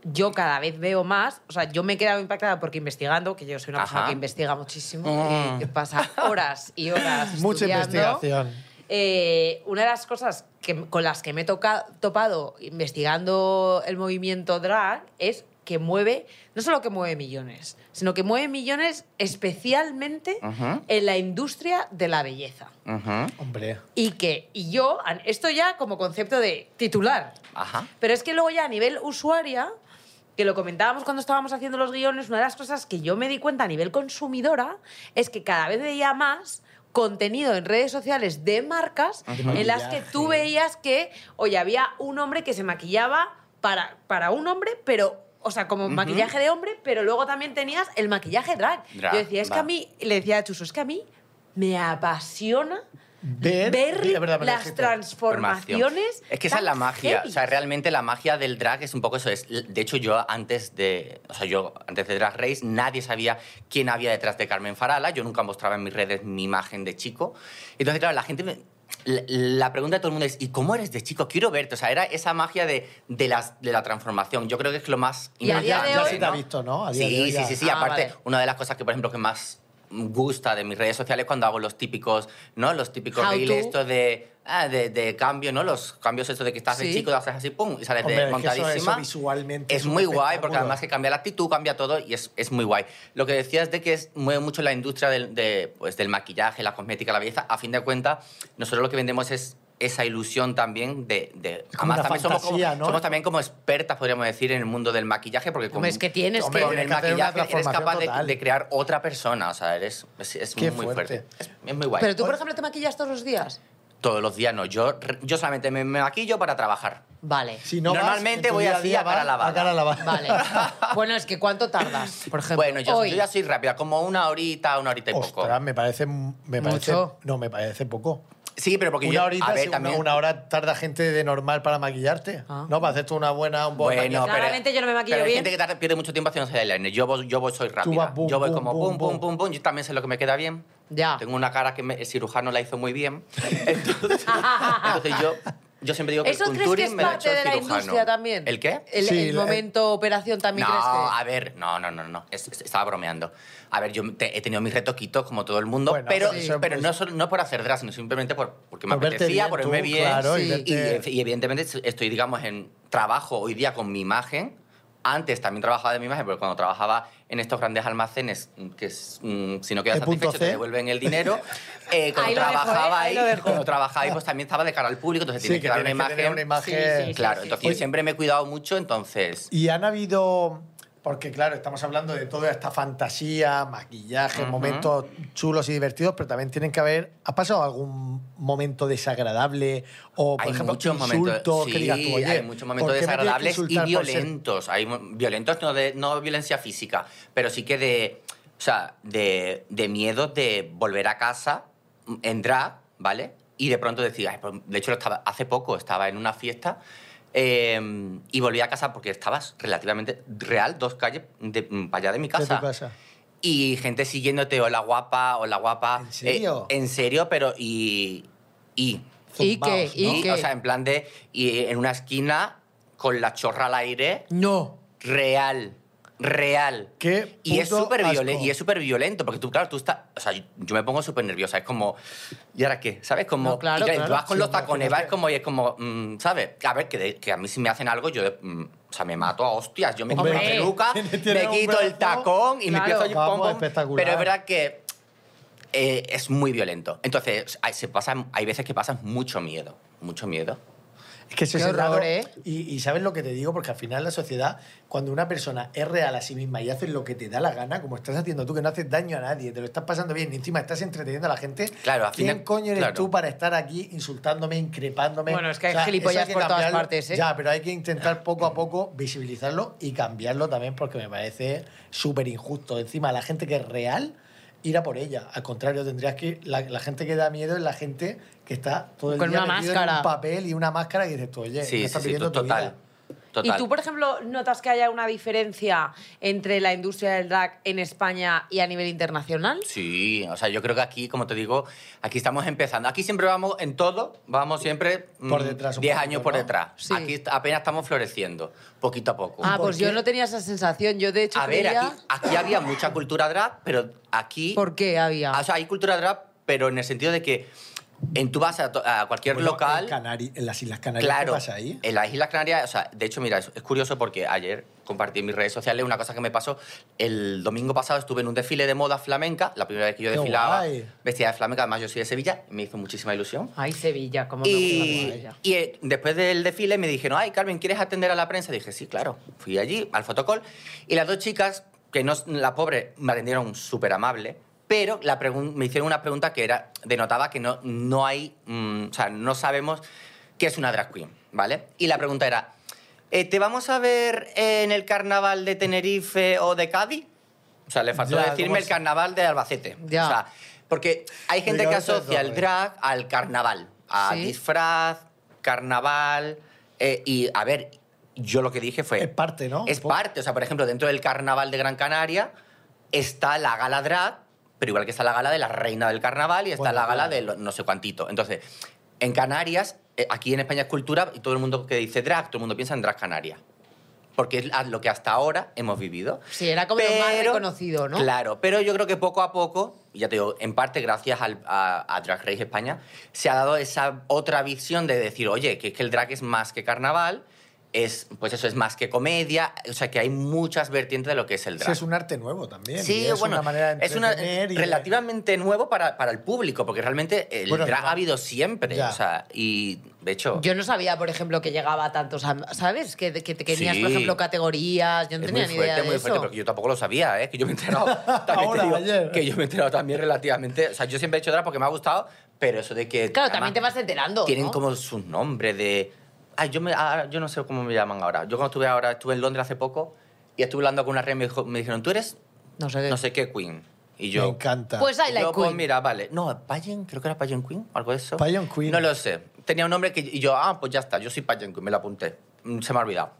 S2: Yo cada vez veo más, o sea, yo me he quedado impactada porque investigando, que yo soy una persona
S4: Ajá.
S2: que investiga muchísimo,
S4: Mm.
S2: y que pasa horas y horas
S3: Ah. Mucha
S2: estudiando.
S3: investigación.
S2: Eh, una de las cosas que- con las que me he toca- topado investigando el movimiento drag es que mueve, no solo que mueve millones, sino que mueve millones especialmente
S4: Ujú.
S2: en la industria de la belleza.
S4: Ujú.
S3: Hombre.
S2: Y que, y yo, an- esto ya como concepto de titular,
S4: Ajá.
S2: pero es que luego ya a nivel usuaria, que lo comentábamos cuando estábamos haciendo los guiones, una de las cosas que yo me di cuenta a nivel consumidora es que cada vez veía más contenido en redes sociales de marcas
S4: Ajá.
S2: en las que tú veías que, oye, había un hombre que se maquillaba para, para un hombre, pero... O sea, como maquillaje de hombre, pero luego también tenías el maquillaje drag.
S4: Drag,
S2: Yo decía, es que
S4: va.
S2: a mí, le decía a Chuso, es que a mí me apasiona
S3: Ver-
S2: ver,
S3: Di la verdad, me lo
S2: las
S3: dijiste.
S2: transformaciones.
S4: Es que esa es
S2: tan
S4: la magia.
S2: heavy.
S4: O sea, realmente la magia del drag es un poco eso. Es, de hecho, yo antes de. O sea, yo antes de Drag Race, nadie sabía quién había detrás de Carmen Farala. Yo nunca mostraba en mis redes mi imagen de chico. Entonces, claro, la gente me- la- La pregunta de todo el mundo es, ¿y cómo eres de chico? Quiero verte. O sea, era esa magia de, de, las, de la transformación. Yo creo que es lo más
S2: Y a día de
S4: importante.
S2: hoy-
S4: ¿no?
S3: Ya se te ha visto, ¿no? A día de hoy
S4: Sí, sí,
S3: ya.
S4: sí, sí.
S2: Ah,
S4: Aparte,
S2: vale.
S4: una de las cosas que, por ejemplo, que más gusta de mis redes sociales es cuando hago los típicos, ¿no? Los típicos
S2: How
S4: reels
S2: to.
S4: estos de, ah, de, de cambio, ¿no? Los cambios estos de que estás de
S2: Sí.
S4: chico, haces así, pum, y
S3: Hombre,
S4: sales
S3: es
S4: de
S3: que eso-
S4: montadísima.
S3: eso visualmente
S4: Es
S3: es un
S4: muy guay,
S3: espectáculo.
S4: porque además que cambia la actitud, cambia todo y es, es muy guay. Lo que decías de que es, mueve mucho la industria del, de, pues, del maquillaje, la cosmética, la belleza, a fin de cuentas, nosotros lo que vendemos es esa ilusión también de... de
S3: como una
S4: también somos,
S3: fantasía,
S4: como-
S3: ¿no?
S4: somos también como expertas, podríamos decir, en el mundo del maquillaje, porque
S2: Hombre, es que tienes
S3: Hombre,
S2: que.
S4: con
S3: tienes
S4: el
S3: que hacer una
S4: maquillaje eres
S3: transformación
S4: capaz de,
S3: total.
S4: de crear otra persona, o sea, eres, es, es
S3: Qué
S4: muy fuerte.
S3: fuerte.
S4: Es, es muy guay.
S2: Pero tú, por ejemplo, te maquillas todos los días.
S4: Todos los días no, yo, yo solamente me me maquillo para trabajar.
S2: Vale.
S3: Si no vas,
S4: Normalmente
S3: en tu
S4: voy
S3: día a
S4: así
S3: día
S4: a cara
S3: vas
S4: lavada.
S3: A cara lavada.
S2: Vale. bueno, es que ¿cuánto tardas, por ejemplo?
S4: Bueno, yo,
S2: hoy?
S4: yo ya soy rápida, como una horita, una horita y poco.
S3: Ostras, me parece... Me parece
S2: Mucho.
S3: no, me parece poco.
S4: Sí, pero porque
S3: Una
S4: yo...
S3: horita,
S4: a ver,
S3: si una-
S4: también...
S3: una, hora tarda gente de normal para maquillarte.
S2: Ah.
S3: ¿No? Para hacerte una buena, un buen
S4: Bueno, pero,
S2: Claramente yo no me maquillo
S4: pero hay
S2: bien.
S4: gente que tarda- pierde mucho tiempo haciéndose el eyeliner. Yo, voy- yo voy, soy rápida.
S3: vas bum,
S4: yo voy
S3: bum,
S4: como
S3: bum,
S4: pum, pum,
S3: bum.
S4: pum, pum, Yo también sé lo que me queda bien.
S3: Ah.
S2: Ya.
S4: Tengo una cara que me- el cirujano la hizo muy bien. Entonces, entonces yo, yo siempre digo que
S2: ¿Eso
S4: el
S2: crees que es
S4: contouring me lo ha hecho
S2: parte
S4: el
S2: de la
S4: cirujano.
S2: industria también?
S4: ¿El qué?
S2: El,
S3: Sí,
S2: el
S3: la-
S2: momento operación también
S4: No, ah,
S2: crees que.
S4: a ver, no, no, no, no. Es- es- estaba bromeando. A ver, yo te- he tenido mis retoquitos como todo el mundo,
S3: Bueno,
S4: pero,
S3: sí. pues
S4: pero no, solo- no por hacer drag, sino simplemente por, porque me
S3: Por verte
S4: apetecía,
S3: bien
S4: por
S3: tú,
S4: verme bien.
S3: claro,
S2: y
S4: sí.
S3: verte-
S4: y, ev- y evidentemente estoy, digamos, en trabajo hoy día con mi imagen. Antes también trabajaba de mi imagen, porque cuando trabajaba en estos grandes almacenes, que es, mm, si no quedas
S3: El punto
S4: satisfecho te
S3: C.
S4: devuelven el dinero, eh, cuando,
S2: Ahí lo dejo, ¿eh?
S4: trabajaba
S2: Ahí
S4: ahí,
S2: lo dejo.
S4: cuando trabajaba ahí, pues también estaba de cara al público, entonces
S3: Sí,
S4: tienes
S3: que
S4: que dar una
S3: tienes que tener
S4: imagen.
S3: una
S2: Sí,
S3: imagen...
S2: sí, sí.
S4: Claro, entonces yo
S3: Oye.
S4: siempre me he cuidado mucho, entonces...
S3: Y han habido, porque claro, estamos hablando de toda esta fantasía, maquillaje,
S4: Ujú.
S3: momentos chulos y divertidos, pero también tienen que haber, ¿ha pasado algún momento desagradable o por
S4: hay
S3: ejemplo
S4: muchos
S3: insulto
S4: momentos,
S3: que digas tú,
S4: sí,
S3: oye,
S4: hay muchos momentos
S3: ¿por qué me tienes que
S4: desagradables y
S3: insultar por ser-
S4: violentos. Hay mo- violentos no de no violencia física, pero sí que de, o sea, de, de miedo de volver a casa, mm, entrar, ¿vale? Y de pronto decir, "Ay, pues", de hecho lo estaba hace poco estaba en una fiesta eh, y volví a casa porque estabas relativamente real dos calles de, mm, para allá de mi
S3: de
S4: casa.
S3: tu casa?
S4: Y gente siguiéndote, hola guapa, hola guapa.
S3: ¿En serio?
S4: Eh, en serio, pero y. Y.
S2: ¿Y
S3: Zumbaos,
S2: qué? ¿Y
S4: ¿no?
S2: qué?
S4: O sea, en plan de. Y en una esquina, con la chorra al aire,
S2: No.
S4: real. Real.
S3: Qué
S4: y es
S3: puto
S4: súper violen-
S3: asco.
S4: y es súper violento, porque tú, claro, tú estás. O sea, yo me pongo súper nerviosa. Es como. ¿Y ahora qué? ¿Sabes? Como.
S2: No, claro,
S4: y
S2: claro.
S4: Tú vas con
S3: Sí,
S4: los tacones, vas
S3: imagínate.
S4: como. Y es como. mm, ¿Sabes? A ver, que, de- que a mí si me hacen algo, yo. de- mm, o sea, me mato a hostias. Yo me quito
S3: Hombre.
S4: la peluca,
S3: Tiene- tiene
S4: me
S3: un
S4: quito el
S3: brazo.
S4: tacón y me
S2: Claro.
S4: empiezo a ir
S3: Vamos,
S4: pom, pom.
S3: espectacular.
S4: Pero es verdad que eh, es muy violento. Entonces, hay, se pasan, hay veces que pasas mucho miedo, mucho miedo.
S3: Es que eso
S2: Qué
S3: es el lado-
S2: horror, ¿eh?
S3: y, y sabes lo que te digo, porque al final la sociedad, cuando una persona es real a sí misma y hace lo que te da la gana, como estás haciendo tú, que no haces daño a nadie, te lo estás pasando bien y encima estás entreteniendo a la gente,
S4: Claro, al
S3: ¿quién
S4: final-
S3: coño eres
S4: claro.
S3: tú para estar aquí insultándome, increpándome?
S2: Bueno, es que hay
S3: gilipollas
S2: gilipollas por todas partes, ¿eh?
S3: Ya, Ah, pero hay que intentar poco a poco visibilizarlo y cambiarlo también porque me parece súper injusto. Encima, la gente que es real... Ir a por ella. Al contrario, tendrías que. ir- La, la gente que da miedo es la gente que está todo el
S2: Con
S3: día
S2: una
S3: metido en un
S2: máscara.
S3: pa- papel y una máscara que dices tú, oye, me
S4: Sí, sí,
S3: estás
S4: sí,
S3: pidiendo
S4: to-
S3: tu
S4: total.
S3: vida.
S4: Total.
S2: ¿Y tú, por ejemplo, notas que haya una diferencia entre la industria del drag en España y a nivel internacional?
S4: Sí, o sea, yo creo que aquí, como te digo, aquí estamos empezando. Aquí siempre vamos en todo, vamos siempre mm,
S3: Por detrás un
S4: 10
S3: poquito,
S4: años por
S3: ¿no?
S4: detrás.
S2: Sí.
S4: Aquí est- apenas estamos floreciendo, poquito a poco.
S2: Ah,
S3: ¿Por
S2: pues
S3: qué?
S2: yo no tenía esa sensación. Yo, de hecho,
S4: a ver,
S2: creía-
S4: aquí, aquí había mucha cultura drag, pero aquí
S2: ¿Por qué había?
S4: Ah, O sea, hay cultura drag, pero en el sentido de que en, tú vas a, to- a cualquier
S3: Bueno,
S4: local.
S3: En, Canari- en las Islas Canarias,
S4: Claro.
S3: ¿qué pasa ahí?
S4: En las Islas Canarias, o sea, de hecho, mira, es, es curioso porque ayer compartí en mis redes sociales una cosa que me pasó. El domingo pasado estuve en un desfile de moda flamenca, la primera vez que yo
S3: Qué
S4: desfilaba
S3: guay.
S4: vestida de flamenca, además yo soy de Sevilla, me hizo muchísima ilusión.
S2: Ay, Sevilla, cómo me gusta
S4: Y,
S2: Sevilla.
S4: y, eh, después del desfile me dijeron, ay, Carmen, ¿quieres atender a la prensa? Dije, sí, claro. Fui allí, al fotocall, y las dos chicas, que no, las pobres, me atendieron súper amable, pero la pregun- me hicieron una pregunta que era, denotaba que no, no hay, mm, o sea, no sabemos qué es una drag queen, ¿vale? Y la pregunta era, eh, ¿te vamos a ver en el carnaval de Tenerife o de Cádiz? O sea, le faltó
S3: Ya, ¿cómo
S4: decirme el
S3: es?
S4: carnaval de Albacete.
S2: Ya.
S4: O sea, porque hay gente que
S3: Digamos eso,
S4: asocia el
S3: eh.
S4: drag al carnaval, a
S2: Sí.
S4: disfraz, carnaval. eh, y a ver, yo lo que dije fue.
S3: Es parte, ¿no?
S4: Eh, Es
S3: Un poco.
S4: parte. O sea, por ejemplo, dentro del carnaval de Gran Canaria está la gala drag, pero igual que está la gala de la reina del carnaval y está
S3: Bueno,
S4: la gala
S3: claro.
S4: de lo- no sé cuántito. Entonces, en Canarias, eh, aquí en España es cultura y todo el mundo que dice drag, todo el mundo piensa en drag canaria. Porque es a- lo que hasta ahora hemos vivido.
S2: Sí, era como lo más reconocido, ¿no?
S4: Claro, pero yo creo que poco a poco, ya te digo, en parte gracias al- a, a Drag Race España, se ha dado esa otra visión de decir, oye, que es que el drag es más que carnaval, es, pues eso es más que comedia, o sea que hay muchas vertientes de lo que es el
S3: Sí,
S4: drag.
S3: es un arte nuevo también.
S4: Sí,
S3: y es
S4: bueno,
S3: una manera de
S4: es una-
S3: entretener y de-
S4: relativamente nuevo para, para el público, porque realmente el
S3: Bueno,
S4: drag
S3: no.
S4: ha habido siempre,
S3: Ya.
S4: o sea, y de hecho...
S2: Yo no sabía, por ejemplo, que llegaba a tantos... am- ¿Sabes? Que, que te tenías, por
S4: Sí.
S2: ejemplo, categorías. Yo no
S4: Es
S2: tenía
S4: muy
S2: ni idea
S4: fuerte,
S2: de
S4: muy
S2: eso.
S4: fuerte, porque yo tampoco lo sabía, ¿eh? que yo me he enterado. también te
S3: Ahora,
S4: digo,
S3: ayer.
S4: Que yo me he enterado también relativamente. O sea, yo siempre he hecho drag porque me ha gustado, pero eso de que.
S2: Claro,
S4: además,
S2: también te vas enterando,
S4: Tienen
S2: ¿no?
S4: como sus nombres de. Ay, yo, me, ahora- yo no sé cómo me llaman ahora. Yo cuando estuve ahora, estuve en Londres hace poco y estuve hablando con una red y me, dijo- me dijeron, tú eres
S2: No sé qué.
S4: no sé qué queen. Y
S3: Me
S4: yo.
S3: encanta.
S2: Pues I like
S4: yo, pues,
S2: Queen.
S4: mira, vale. No, Pageant, creo que era Pageant Queen, algo de eso.
S3: Pageant Queen.
S4: No lo sé. Tenía un nombre que y yo, ah, pues ya está, yo soy Pageant Queen, me lo apunté. Mm, Se me ha olvidado.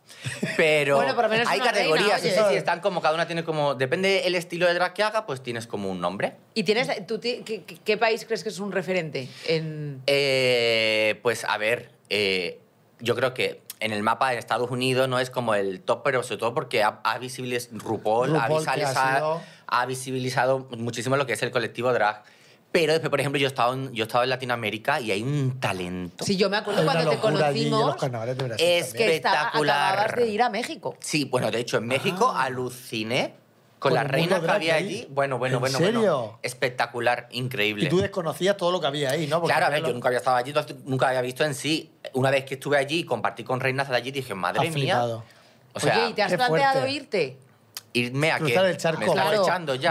S4: Pero
S2: Bueno, por lo menos es
S4: hay
S2: una reina,
S4: categorías, sí,
S2: oye.
S4: sí, sí, están como, cada una tiene como, depende el estilo de drag que haga, pues tienes como un nombre.
S2: ¿Y tienes, tú, ti- qué, qué- qué país crees que es un referente? En...
S4: Eh, pues a ver, eh, yo creo que en el mapa de Estados Unidos no es como el top, pero sobre todo porque ha, ha visibilizado RuPaul, ha
S3: RuPaul, que ha
S4: visibilizado,
S3: sido-
S4: ha visibilizado muchísimo lo que es el colectivo drag. Pero después, por ejemplo, yo he estado en, yo he estado en Latinoamérica y hay un talento.
S2: Sí, yo me acuerdo
S3: Hay una
S2: cuando te
S3: locura allí en los
S2: conocimos
S3: carnavales de Brasil
S4: Es
S3: también.
S2: que estaba-
S4: Espectacular.
S2: acababas de ir a México.
S4: Sí, bueno, de hecho, en México aluciné con,
S3: Ah. Con
S4: la
S3: el
S4: reina
S3: mundo
S4: que
S3: drag
S4: había
S3: ahí.
S4: allí. Bueno, bueno,
S3: ¿En
S4: bueno, bueno.
S3: serio?
S4: Espectacular, increíble.
S3: Y tú desconocías todo lo que había ahí, ¿no? Porque
S4: Claro, a ver,
S3: lo-
S4: yo nunca había estado allí, entonces nunca había visto en sí. Una vez que estuve allí y compartí con reinas de allí, dije, madre
S3: Has
S4: mía.
S3: flipado.
S4: O sea,
S2: Oye, ¿y te has
S3: qué
S2: planteado
S3: fuerte.
S2: irte?
S4: irme a que
S3: Cruzar el charco.
S4: me estás
S2: Claro.
S4: echando ya.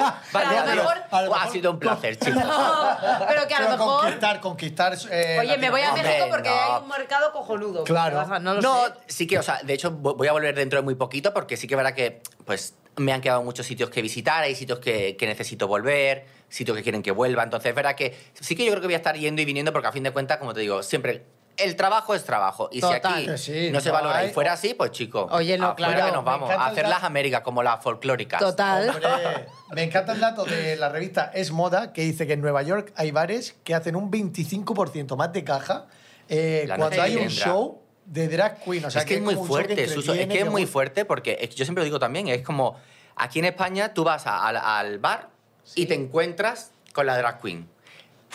S2: No,
S4: Vale,
S2: pero a lo
S4: adiós.
S2: mejor-
S3: a lo
S4: Buah, Ha
S3: mejor-
S4: sido un placer, chicos.
S2: No, pero que a lo
S3: Pero
S2: mejor...
S3: Conquistar, conquistar. eh,
S2: Oye, me voy a
S4: Hombre,
S2: México porque
S4: no.
S2: hay un mercado cojonudo.
S3: Claro.
S2: Vas a- No lo sé.
S4: sí que, o sea, de hecho vo- voy a volver dentro de muy poquito porque sí que es verdad que, pues, me han quedado muchos sitios que visitar, hay sitios que, que necesito volver, sitios que quieren que vuelva, entonces es verdad que sí que yo creo que voy a estar yendo y viniendo porque a fin de cuentas, como te digo, siempre el trabajo es trabajo y
S2: Total.
S4: si
S3: Que
S4: aquí
S3: sí,
S4: no se
S3: no
S4: valora
S3: hay-
S4: y fuera así, pues chico,
S2: Oye, no,
S4: afuera
S2: claro.
S4: que nos
S3: Me
S4: vamos a
S3: encanta el
S4: hacer
S3: da-
S4: las Américas como las folclóricas.
S2: Total.
S3: Hombre, me encanta el dato de la revista Es Moda que dice que en Nueva York hay bares que hacen un 25% más de caja eh,
S4: La noche
S3: cuando hay un
S4: tendrá.
S3: show de drag queen. O sea,
S4: es que, es muy
S3: como un show que
S4: fuerte, Suso, es
S3: entretiene,
S4: que es muy
S3: gusta.
S4: fuerte porque es- yo siempre lo digo también, es como aquí en España tú vas a- al, al bar y te encuentras con la drag queen.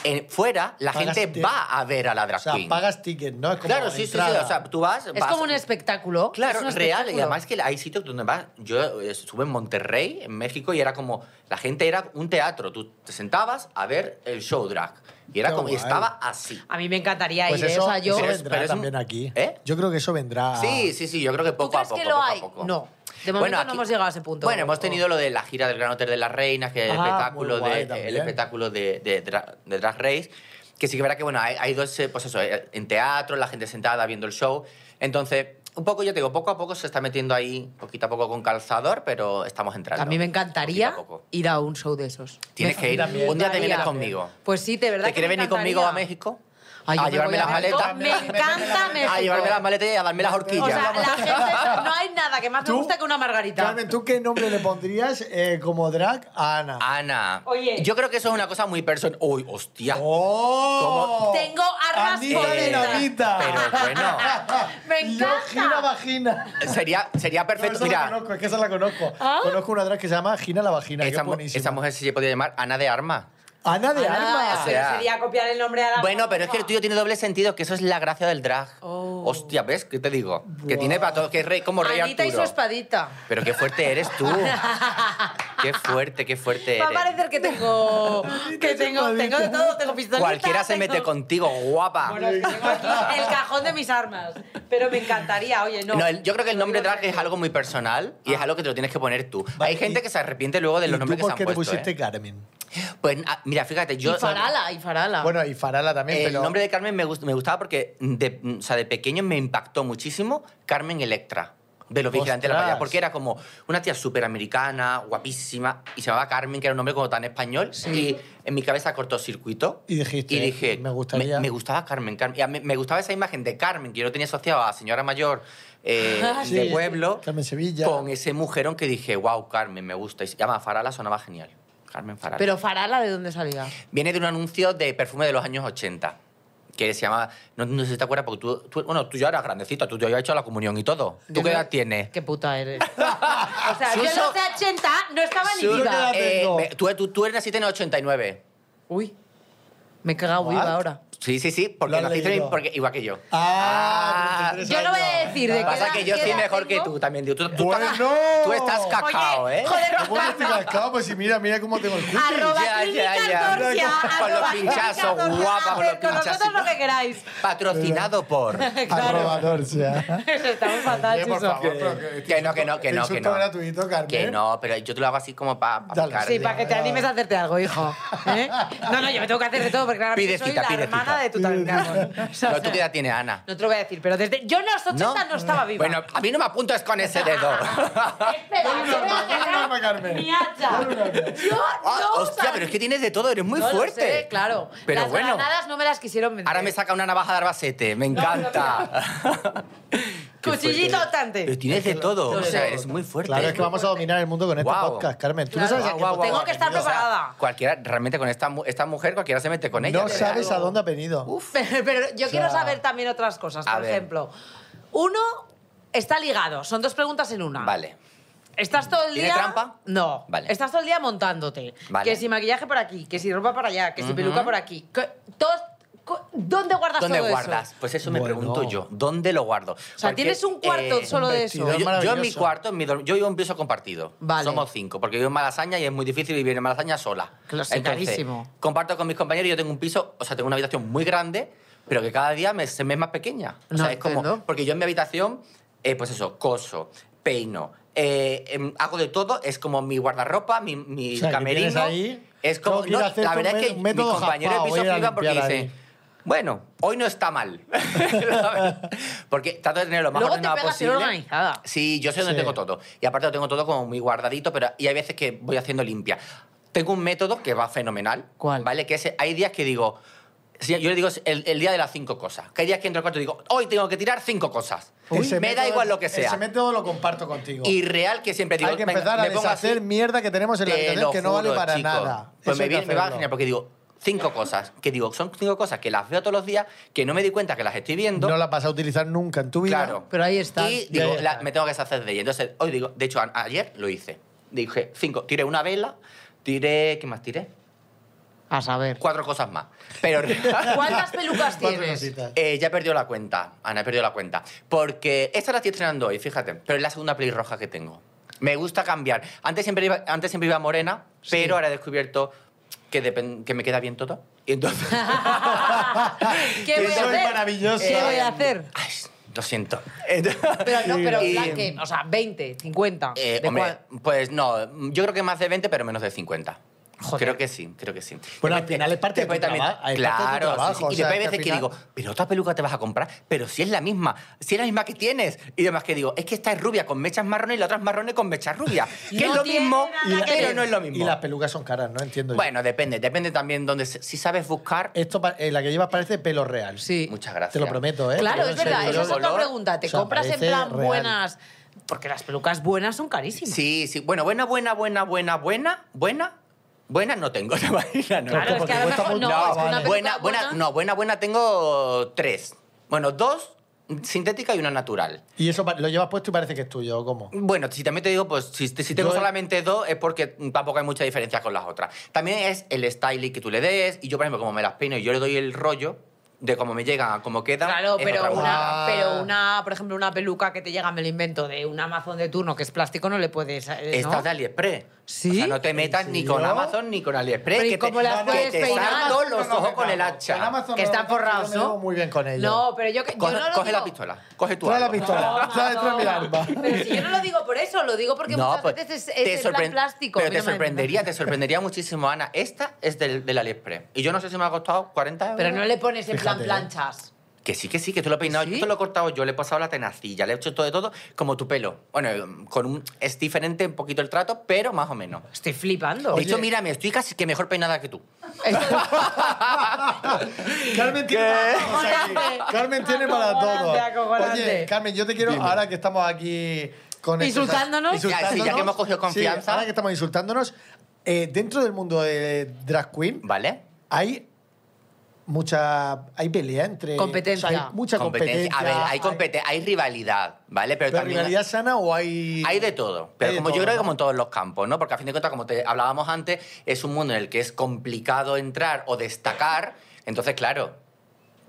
S4: En- fuera la
S3: Pagas
S4: gente
S3: ticket.
S4: va a ver a la
S3: O
S4: drag
S3: sea,
S4: queen.
S3: pagas ticket, ¿no? Es como
S4: claro, sí, sí, sí,
S3: entrada.
S4: o sea, tú vas...
S2: Es
S4: vas-
S2: como un espectáculo.
S4: Claro,
S2: es un
S4: real. Y
S2: espectáculo.
S4: además que hay sitios donde vas. Yo eh, estuve en Monterrey, en México, y era como. La gente era un teatro. Tú te sentabas a ver el show drag. Y era
S3: Qué
S4: como. y
S3: guay.
S4: estaba así.
S2: A mí me encantaría
S3: Pues
S2: ir. ¿eh?
S3: eso,
S2: o sea, yo...
S3: eso
S4: Pero es-
S3: vendrá
S4: pero es un-
S3: también aquí.
S4: ¿Eh?
S3: Yo creo que eso vendrá.
S4: Sí, sí, sí, yo creo que poco
S2: crees
S4: a poco.
S2: que lo
S4: poco a
S2: hay?
S4: poco.
S2: No. De momento no hemos llegado a ese punto.
S4: Bueno, hemos
S2: O-
S4: tenido lo de la gira del Gran Hotel de las Reinas, que es el
S3: Ah,
S4: espectáculo,
S3: muy guay
S4: de,
S3: también.
S4: el espectáculo de, de, dra- de Drag Race, que sí que verá que bueno, hay, hay dos, eh, pues eso, eh, en teatro, la gente sentada viendo el show. Entonces, un poco, yo te digo, poco a poco se está metiendo ahí, poquito a poco con calzador, pero estamos entrando.
S2: A mí me encantaría
S4: Poquito a poco.
S2: ir a un show de esos.
S4: Tienes
S2: Me
S4: que ir.
S2: encantaría.
S4: Un día te vienes conmigo.
S2: Pues sí, de verdad.
S4: ¿Te
S2: que me
S4: quieres venir conmigo a
S2: encantaría.
S4: México?
S2: Ay, yo
S4: a
S2: me
S4: llevarme
S2: voy
S4: las
S2: México.
S4: maletas.
S2: Me encanta México.
S4: A llevarme las maletas y a darme las horquillas.
S2: O sea, la gente, no hay nada que más me
S3: ¿Tú?
S2: gusta que una margarita.
S3: Carmen, ¿tú qué nombre le pondrías eh, como drag a Ana?
S4: Ana,
S2: Oye.
S4: yo creo que eso es una cosa muy personal. Uy, hostia.
S3: ¡Oh!
S4: ¿Cómo?
S2: Tengo armas
S3: Anita
S2: poderosas.
S3: Dinamita.
S4: Pero bueno,
S2: Me
S3: Yo
S2: encanta.
S3: Gina Vagina.
S4: sería, sería
S3: No,
S4: perfecto.
S3: esa la
S4: Mira,
S3: conozco, es
S2: ¿Ah?
S3: que esa la conozco. Conozco una drag que se llama Gina la Vagina, que
S4: esa,
S3: es
S4: mu-
S3: buenísima.
S4: esa mujer sí se podía llamar Ana de Armas.
S3: Ana de
S2: Ah,
S3: Armas.
S2: pero
S4: O sea,
S2: sería copiar el nombre a la
S4: Bueno, pero es que el tuyo tiene doble sentido, que eso es la gracia del drag.
S2: Oh.
S4: Hostia, ¿ves? ¿Qué te digo? Que tiene para todo, que es rey, como rey
S2: Anita y su
S4: Arturo.
S2: espadita.
S4: Pero qué fuerte eres tú. qué fuerte, qué fuerte
S2: Va a
S4: eres.
S2: parecer que tengo. que tengo, tengo de todo, tengo pistolitas.
S4: Cualquiera se mete
S2: tengo-
S4: contigo, guapa.
S2: Bueno, es que tengo aquí el cajón de mis armas. Pero me encantaría, oye, no.
S4: No, el- yo creo que el nombre
S2: No digo
S4: drag es algo muy personal y es algo que te lo tienes que poner tú.
S3: Ah. Vale,
S4: Hay gente
S3: y-
S4: que se arrepiente luego de
S3: ¿Y
S4: los
S3: tú
S4: nombres que se
S3: por
S4: han
S3: qué le
S4: puesto.
S3: pusiste
S4: ¿eh?
S3: Carmen?
S4: Pues, ah, mira, fíjate, yo...
S2: Y Farala, y Farala.
S3: Bueno, y Farala también,
S4: Ah. El
S3: pero...
S4: nombre de Carmen me, gust- me gustaba porque de, o sea, de pequeño me impactó muchísimo Carmen Electra, de los vigilantes de la
S3: Ostras.
S4: playa, porque era como una tía superamericana, guapísima, y se llamaba Carmen, que era un nombre como tan español, y en mi cabeza cortocircuito.
S3: Y dijiste,
S4: y dije,
S3: "Me gustaría".
S4: Me, me gustaba Carmen, Carmen. Y a mí- me, gustaba esa imagen de Carmen, que yo lo tenía asociado a señora mayor eh,
S3: Ah, Sí,
S4: de pueblo,
S3: Carmen Sevilla.
S4: con ese mujerón que dije, wow, Carmen, me gusta. Y se llama Farala, sonaba genial. Carmen Farala.
S2: pero Farala, ¿de dónde salía?
S4: Viene de un anuncio de perfume de los años 80, que se llama... No, no sé si te acuerdas, porque tú, tú- Bueno, tú ya eras grandecito, tú ya habías hecho la comunión y todo. ¿Tú
S2: Yo
S4: qué
S2: no-
S4: edad tienes?
S2: Qué puta eres. o sea, yo en
S4: Suso-
S2: los 80 no estaba ni
S4: Su-
S2: viva.
S3: edad tengo?
S4: me- tú, tú, tú eres naciste en el 89.
S2: Uy, me he cagado
S3: What?
S2: viva ahora.
S4: Sí, sí, sí,
S3: Lo
S4: porque
S3: has
S4: naciste
S3: leído.
S4: porque, igual que yo.
S3: Ah,
S4: Ah,
S2: Yo no voy a decir pues de
S4: Lo
S2: qué
S4: que pasa es
S2: edad-
S4: que yo
S2: qué
S4: soy
S2: edad
S4: mejor que
S2: tengo.
S4: tú también, tío. Tú, tú
S3: Bueno.
S4: estás- tú estás cacao,
S2: Oye,
S4: ¿eh?
S2: joder,
S3: ¿Cómo que estoy cascado? Pues si mira, mira cómo tengo el culo.
S2: Arroba
S4: Ya,
S2: clínica
S4: ya, ya.
S2: Antorcha,
S4: Con los
S2: arroba
S4: pinchazos,
S2: clínica Antorcha,
S4: guapa, con los
S2: haced con nosotros
S4: pinchazos.
S2: lo que queráis.
S4: Patrocinado por...
S2: Claro.
S3: Arroba Dorsia.
S2: Eso está muy fatal,
S3: Eh, por
S2: Suso.
S3: favor, pero
S4: Que no, que no, que no, que
S3: Insulto
S4: no.
S3: gratuito, Carmen.
S4: Que no, pero yo te lo hago así como para
S3: Dale.
S4: picar.
S2: Sí, para que te
S3: Ya.
S2: animes a hacerte algo, hijo. ¿Eh? No, no, yo me tengo que hacer de todo porque claro,
S4: Pide
S2: soy
S4: cita,
S2: la
S4: pide
S2: hermana
S4: cita.
S2: de Tutankamón. O sea,
S4: No, tú qué edad tiene Ana.
S2: no te lo voy a decir, pero desde yo en los 80 no, estaba viva.
S4: Bueno, a mí no me apuntas con ese dedo.
S2: espera,
S3: Dale un
S2: yo voy a
S3: arma, dale un
S2: sacar
S3: arma, Carmen.
S2: Mi hacha.
S3: Dale un arma.
S2: Yo
S4: Ah,
S2: no
S4: hostia,
S2: sabía.
S4: pero es que tienes de todo, eres muy
S2: No lo
S4: fuerte.
S2: sé, claro.
S4: Pero
S2: las
S4: bueno,
S2: granadas no me las quisieron vender.
S4: ahora me saca una navaja de Arbacete, me encanta. Qué
S2: Cuchillito
S4: fuerte.
S2: tante.
S4: Pero tienes de todo, o
S2: Lo
S4: sea,
S2: sé.
S4: eres muy fuerte.
S3: Claro, es que vamos a dominar el mundo con este
S4: Guau.
S3: podcast, Carmen. Tú
S2: Claro.
S3: no sabes a qué
S4: Guau, guau,
S2: Tengo
S4: guau,
S2: que estar
S4: bienvenido.
S2: preparada.
S4: Cualquiera, realmente con esta, mu- esta mujer, cualquiera se mete con ella.
S3: No
S4: de
S3: sabes
S4: verdad.
S3: a dónde ha venido.
S2: Pero, pero yo quiero saber también otras cosas.
S4: A
S2: Por
S4: ver.
S2: ejemplo, uno está ligado. Son dos preguntas en una.
S4: Vale.
S2: ¿Estás todo el
S4: ¿Tiene
S2: día...?
S4: trampa?
S2: No.
S4: Vale.
S2: Estás todo el día montándote.
S4: Vale.
S2: Que si maquillaje por aquí, que si ropa para allá, que si peluca por aquí. que- todos- co- ¿Dónde guardas
S4: ¿Dónde
S2: todo
S4: guardas?
S2: eso?
S4: Pues eso me
S3: Bueno.
S4: pregunto yo. ¿Dónde lo guardo?
S2: O sea, tienes un cuarto
S4: eh,
S2: solo
S3: un
S2: de
S3: vestido.
S2: eso.
S4: Yo- Yo, en mi
S3: maravilloso.
S4: cuarto, en mi dorm- yo vivo en piso compartido.
S2: Vale.
S4: Somos cinco, porque vivo en Malasaña y es muy difícil vivir en Malasaña sola.
S2: Claro, sí, carísimo.
S4: Comparto con mis compañeros y yo tengo un piso, o sea, tengo una habitación muy grande, pero que cada día me, se me es más pequeña. O
S2: No,
S4: sea, es como,
S2: entiendo.
S4: porque yo en mi habitación, eh, pues eso, coso, peino, eh, em, hago de todo, es como mi guardarropa, mi, mi
S3: O sea, que tienes
S4: camerino.
S3: ahí,
S4: es como,
S3: tengo que ir
S4: no,
S3: a hacer
S4: la
S3: un
S4: verdad es que
S3: me- un
S4: mis
S3: método
S4: compañeros de
S3: japao,
S4: piso
S3: voy a ir a
S4: flipan porque
S3: limpiar
S4: dicen,
S3: ahí.
S4: bueno, hoy no está mal. porque trato de tener lo más
S2: Luego te
S4: ordenado
S2: pegas en
S4: posible.
S2: organizada.
S4: Sí, yo sé dónde
S3: Sí.
S4: tengo todo. Y aparte lo tengo todo como muy guardadito, pero y hay veces que voy haciendo limpia. Tengo un método que va fenomenal.
S2: ¿Cuál?
S4: ¿Vale? Que es, hay días que digo, sí, yo le digo el, el día de las cinco cosas. Que hay días que entro al cuarto y digo, hoy tengo que tirar cinco cosas.
S3: Ese
S4: me da
S3: método-
S4: igual lo que sea.
S3: Ese método lo comparto contigo.
S4: Y real que siempre digo,
S3: hay que
S4: venga,
S3: empezar a
S4: me pongo así.
S3: deshacer mierda que tenemos en la
S4: Te
S3: habitación
S4: lo
S3: que no vale
S4: juro,
S3: para
S4: chico.
S3: nada.
S4: Pues
S3: Eso
S4: me,
S3: hay que
S4: viene- me va
S3: hacerlo.
S4: genial porque digo, cinco cosas. Que digo, son cinco cosas que las veo todos los días, que no me di cuenta que las estoy viendo.
S3: No la vas a utilizar nunca en tu vida.
S4: Claro.
S2: Pero ahí está.
S4: Y
S3: Ya,
S4: digo,
S3: ya
S4: la-
S3: está.
S4: me tengo que deshacer de ella. Entonces, hoy digo, de hecho, a- ayer lo hice. Dije, cinco, tiré una vela, tiré. ¿Qué más tiré?
S2: A saber.
S4: Cuatro cosas más. Pero.
S2: ¿Cuántas pelucas
S3: Cuatro
S2: tienes?
S3: cositas.
S4: Eh, ya he perdido la cuenta, Ana, he perdido la cuenta. Porque esta la estoy estrenando hoy, fíjate, pero es la segunda pelirroja que tengo. Me gusta cambiar. Antes siempre iba, antes siempre iba morena, pero ahora he descubierto que, depen- que me queda bien todo. Y entonces...
S2: ¿Qué voy a
S3: Eso es
S2: hacer?
S3: maravilloso.
S2: ¿Qué voy a hacer?
S4: Ay, lo siento.
S2: Pero no, pero
S4: Y-
S2: la que- o sea, 20, 50.
S4: Eh,
S2: ¿de
S4: hombre,
S2: cuál?
S4: pues no, yo creo que más de 20, pero menos de 50.
S2: Joder.
S4: Creo que sí, creo que sí.
S3: Bueno,
S4: Después
S3: al final es parte de
S4: después
S3: tu traba- es parte de tu
S4: Claro, sí,
S3: trabajo,
S4: sí.
S3: o
S4: Y
S3: sea, que
S4: después hay
S3: al
S4: veces que
S3: final-
S4: digo, pero otra peluca te vas a comprar, pero si es la misma, si es la misma que tienes. Y demás que digo, es que esta es rubia con mechas marrones y la otra es marrones con mechas rubias. que
S2: No
S4: es lo
S2: tiene
S4: mismo,
S2: nada que
S4: pero
S2: ver.
S4: no es lo
S3: Y
S4: mismo.
S3: las pelucas son caras, ¿no? Entiendo. yo.
S4: Bueno, depende, depende también donde si sabes buscar.
S3: Esto, pa- eh, la que llevas parece pelo real.
S2: Sí.
S4: Muchas gracias.
S3: Te lo prometo, ¿eh?
S2: Claro,
S3: Yo
S2: es
S3: no sé,
S2: verdad.
S3: yo-
S2: Esa es otra
S4: color,
S2: pregunta. ¿Te
S3: o sea,
S2: compras en
S3: parece
S2: plan
S3: real.
S2: buenas? Porque las pelucas buenas son carísimas.
S4: Sí, sí. Bueno, buena, buena, buena, buena, buena, buena. Buena no tengo, te imaginas, no.
S2: Claro,
S3: Porque
S2: es que a lo
S3: cuesta
S2: mejor
S3: mucho.
S2: no.
S3: Ah,
S2: es que una
S3: vale.
S2: peluca
S4: buena, buena, no, buena, buena tengo tres. Bueno, dos sintética y una natural.
S3: Y eso pa- lo llevas puesto y parece que es tuyo, ¿o cómo?
S4: Bueno, si también te digo, pues si, si tengo
S3: Yo-
S4: solamente dos es porque tampoco hay mucha diferencia con las otras. También es el styling que tú le des y yo, por ejemplo, como me las peino y yo le doy el rollo de cómo me llegan a cómo quedan.
S2: Claro,
S4: es
S2: pero
S4: otra cosa.
S2: una,
S3: Ah.
S2: pero una, por ejemplo, una peluca que te llega, me lo invento, de un Amazon de turno que es plástico, no le puedes. eh, ¿no?
S4: Estas de AliExpress.
S2: ¿Sí?
S4: O sea, no te metas ni con
S3: serio?
S4: Amazon ni con AliExpress.
S2: Pero ¿y
S4: que
S2: cómo
S4: te,
S2: las
S4: que
S2: puedes
S4: te
S2: peinar?
S4: salgo los
S3: No, no,
S4: ojos con
S3: no,
S4: el
S3: no.
S4: hacha.
S3: En Amazon
S2: Que
S3: no,
S2: están
S3: yo
S2: forrados,
S3: me llevo
S2: ¿no?
S3: muy bien con ellos.
S2: No, pero yo, que- yo
S4: Coge,
S2: no lo
S4: coge
S2: digo-
S4: la pistola. Coge tú.
S3: Trae la pistola. Trae trae mi arma. pues,
S2: Pero si yo no lo digo por eso, lo digo porque muchas veces es, es el plan plástico.
S4: pues, Pero
S2: a mí
S4: te
S2: no me-
S4: sorprendería, te sorprendería muchísimo, Ana. Esta es del, del AliExpress. Y yo no sé si me ha costado 40 euros.
S2: Pero no le pones en plan
S3: Fíjate, ¿eh?
S2: planchas.
S4: Que sí, que sí, que tú lo he peinado,
S2: ¿Sí?
S4: yo te lo he cortado yo, le he pasado la tenacilla, le he hecho todo de todo, como tu pelo. Bueno, con un, es diferente un poquito el trato, pero más o menos.
S2: Estoy flipando.
S4: De hecho, mírame, estoy casi que mejor peinada que tú.
S3: Carmen tiene para todos aquí. Carmen tiene para todo.
S2: Acojonante, acojonante.
S3: Oye, Carmen, yo te quiero, ahora que estamos aquí con estos-
S2: Insultándonos.
S4: Ya, sí, ya que hemos cogido confianza.
S3: Sí, ahora que estamos insultándonos, eh, dentro del mundo de drag queen
S4: ¿Vale?
S3: hay mucha hay pelea entre
S2: Competencia.
S3: o sea, hay mucha competencia.
S4: A ver, hay, competen- hay rivalidad, ¿vale? Pero,
S3: ¿Pero
S4: también
S3: rivalidad sana o hay
S4: hay de todo. Pero
S3: hay de
S4: como
S3: todo,
S4: yo creo que
S3: ¿no?
S4: como en todos los campos, ¿no? Porque a fin de cuentas, como te hablábamos antes, es un mundo en el que es complicado entrar o destacar. Entonces, claro.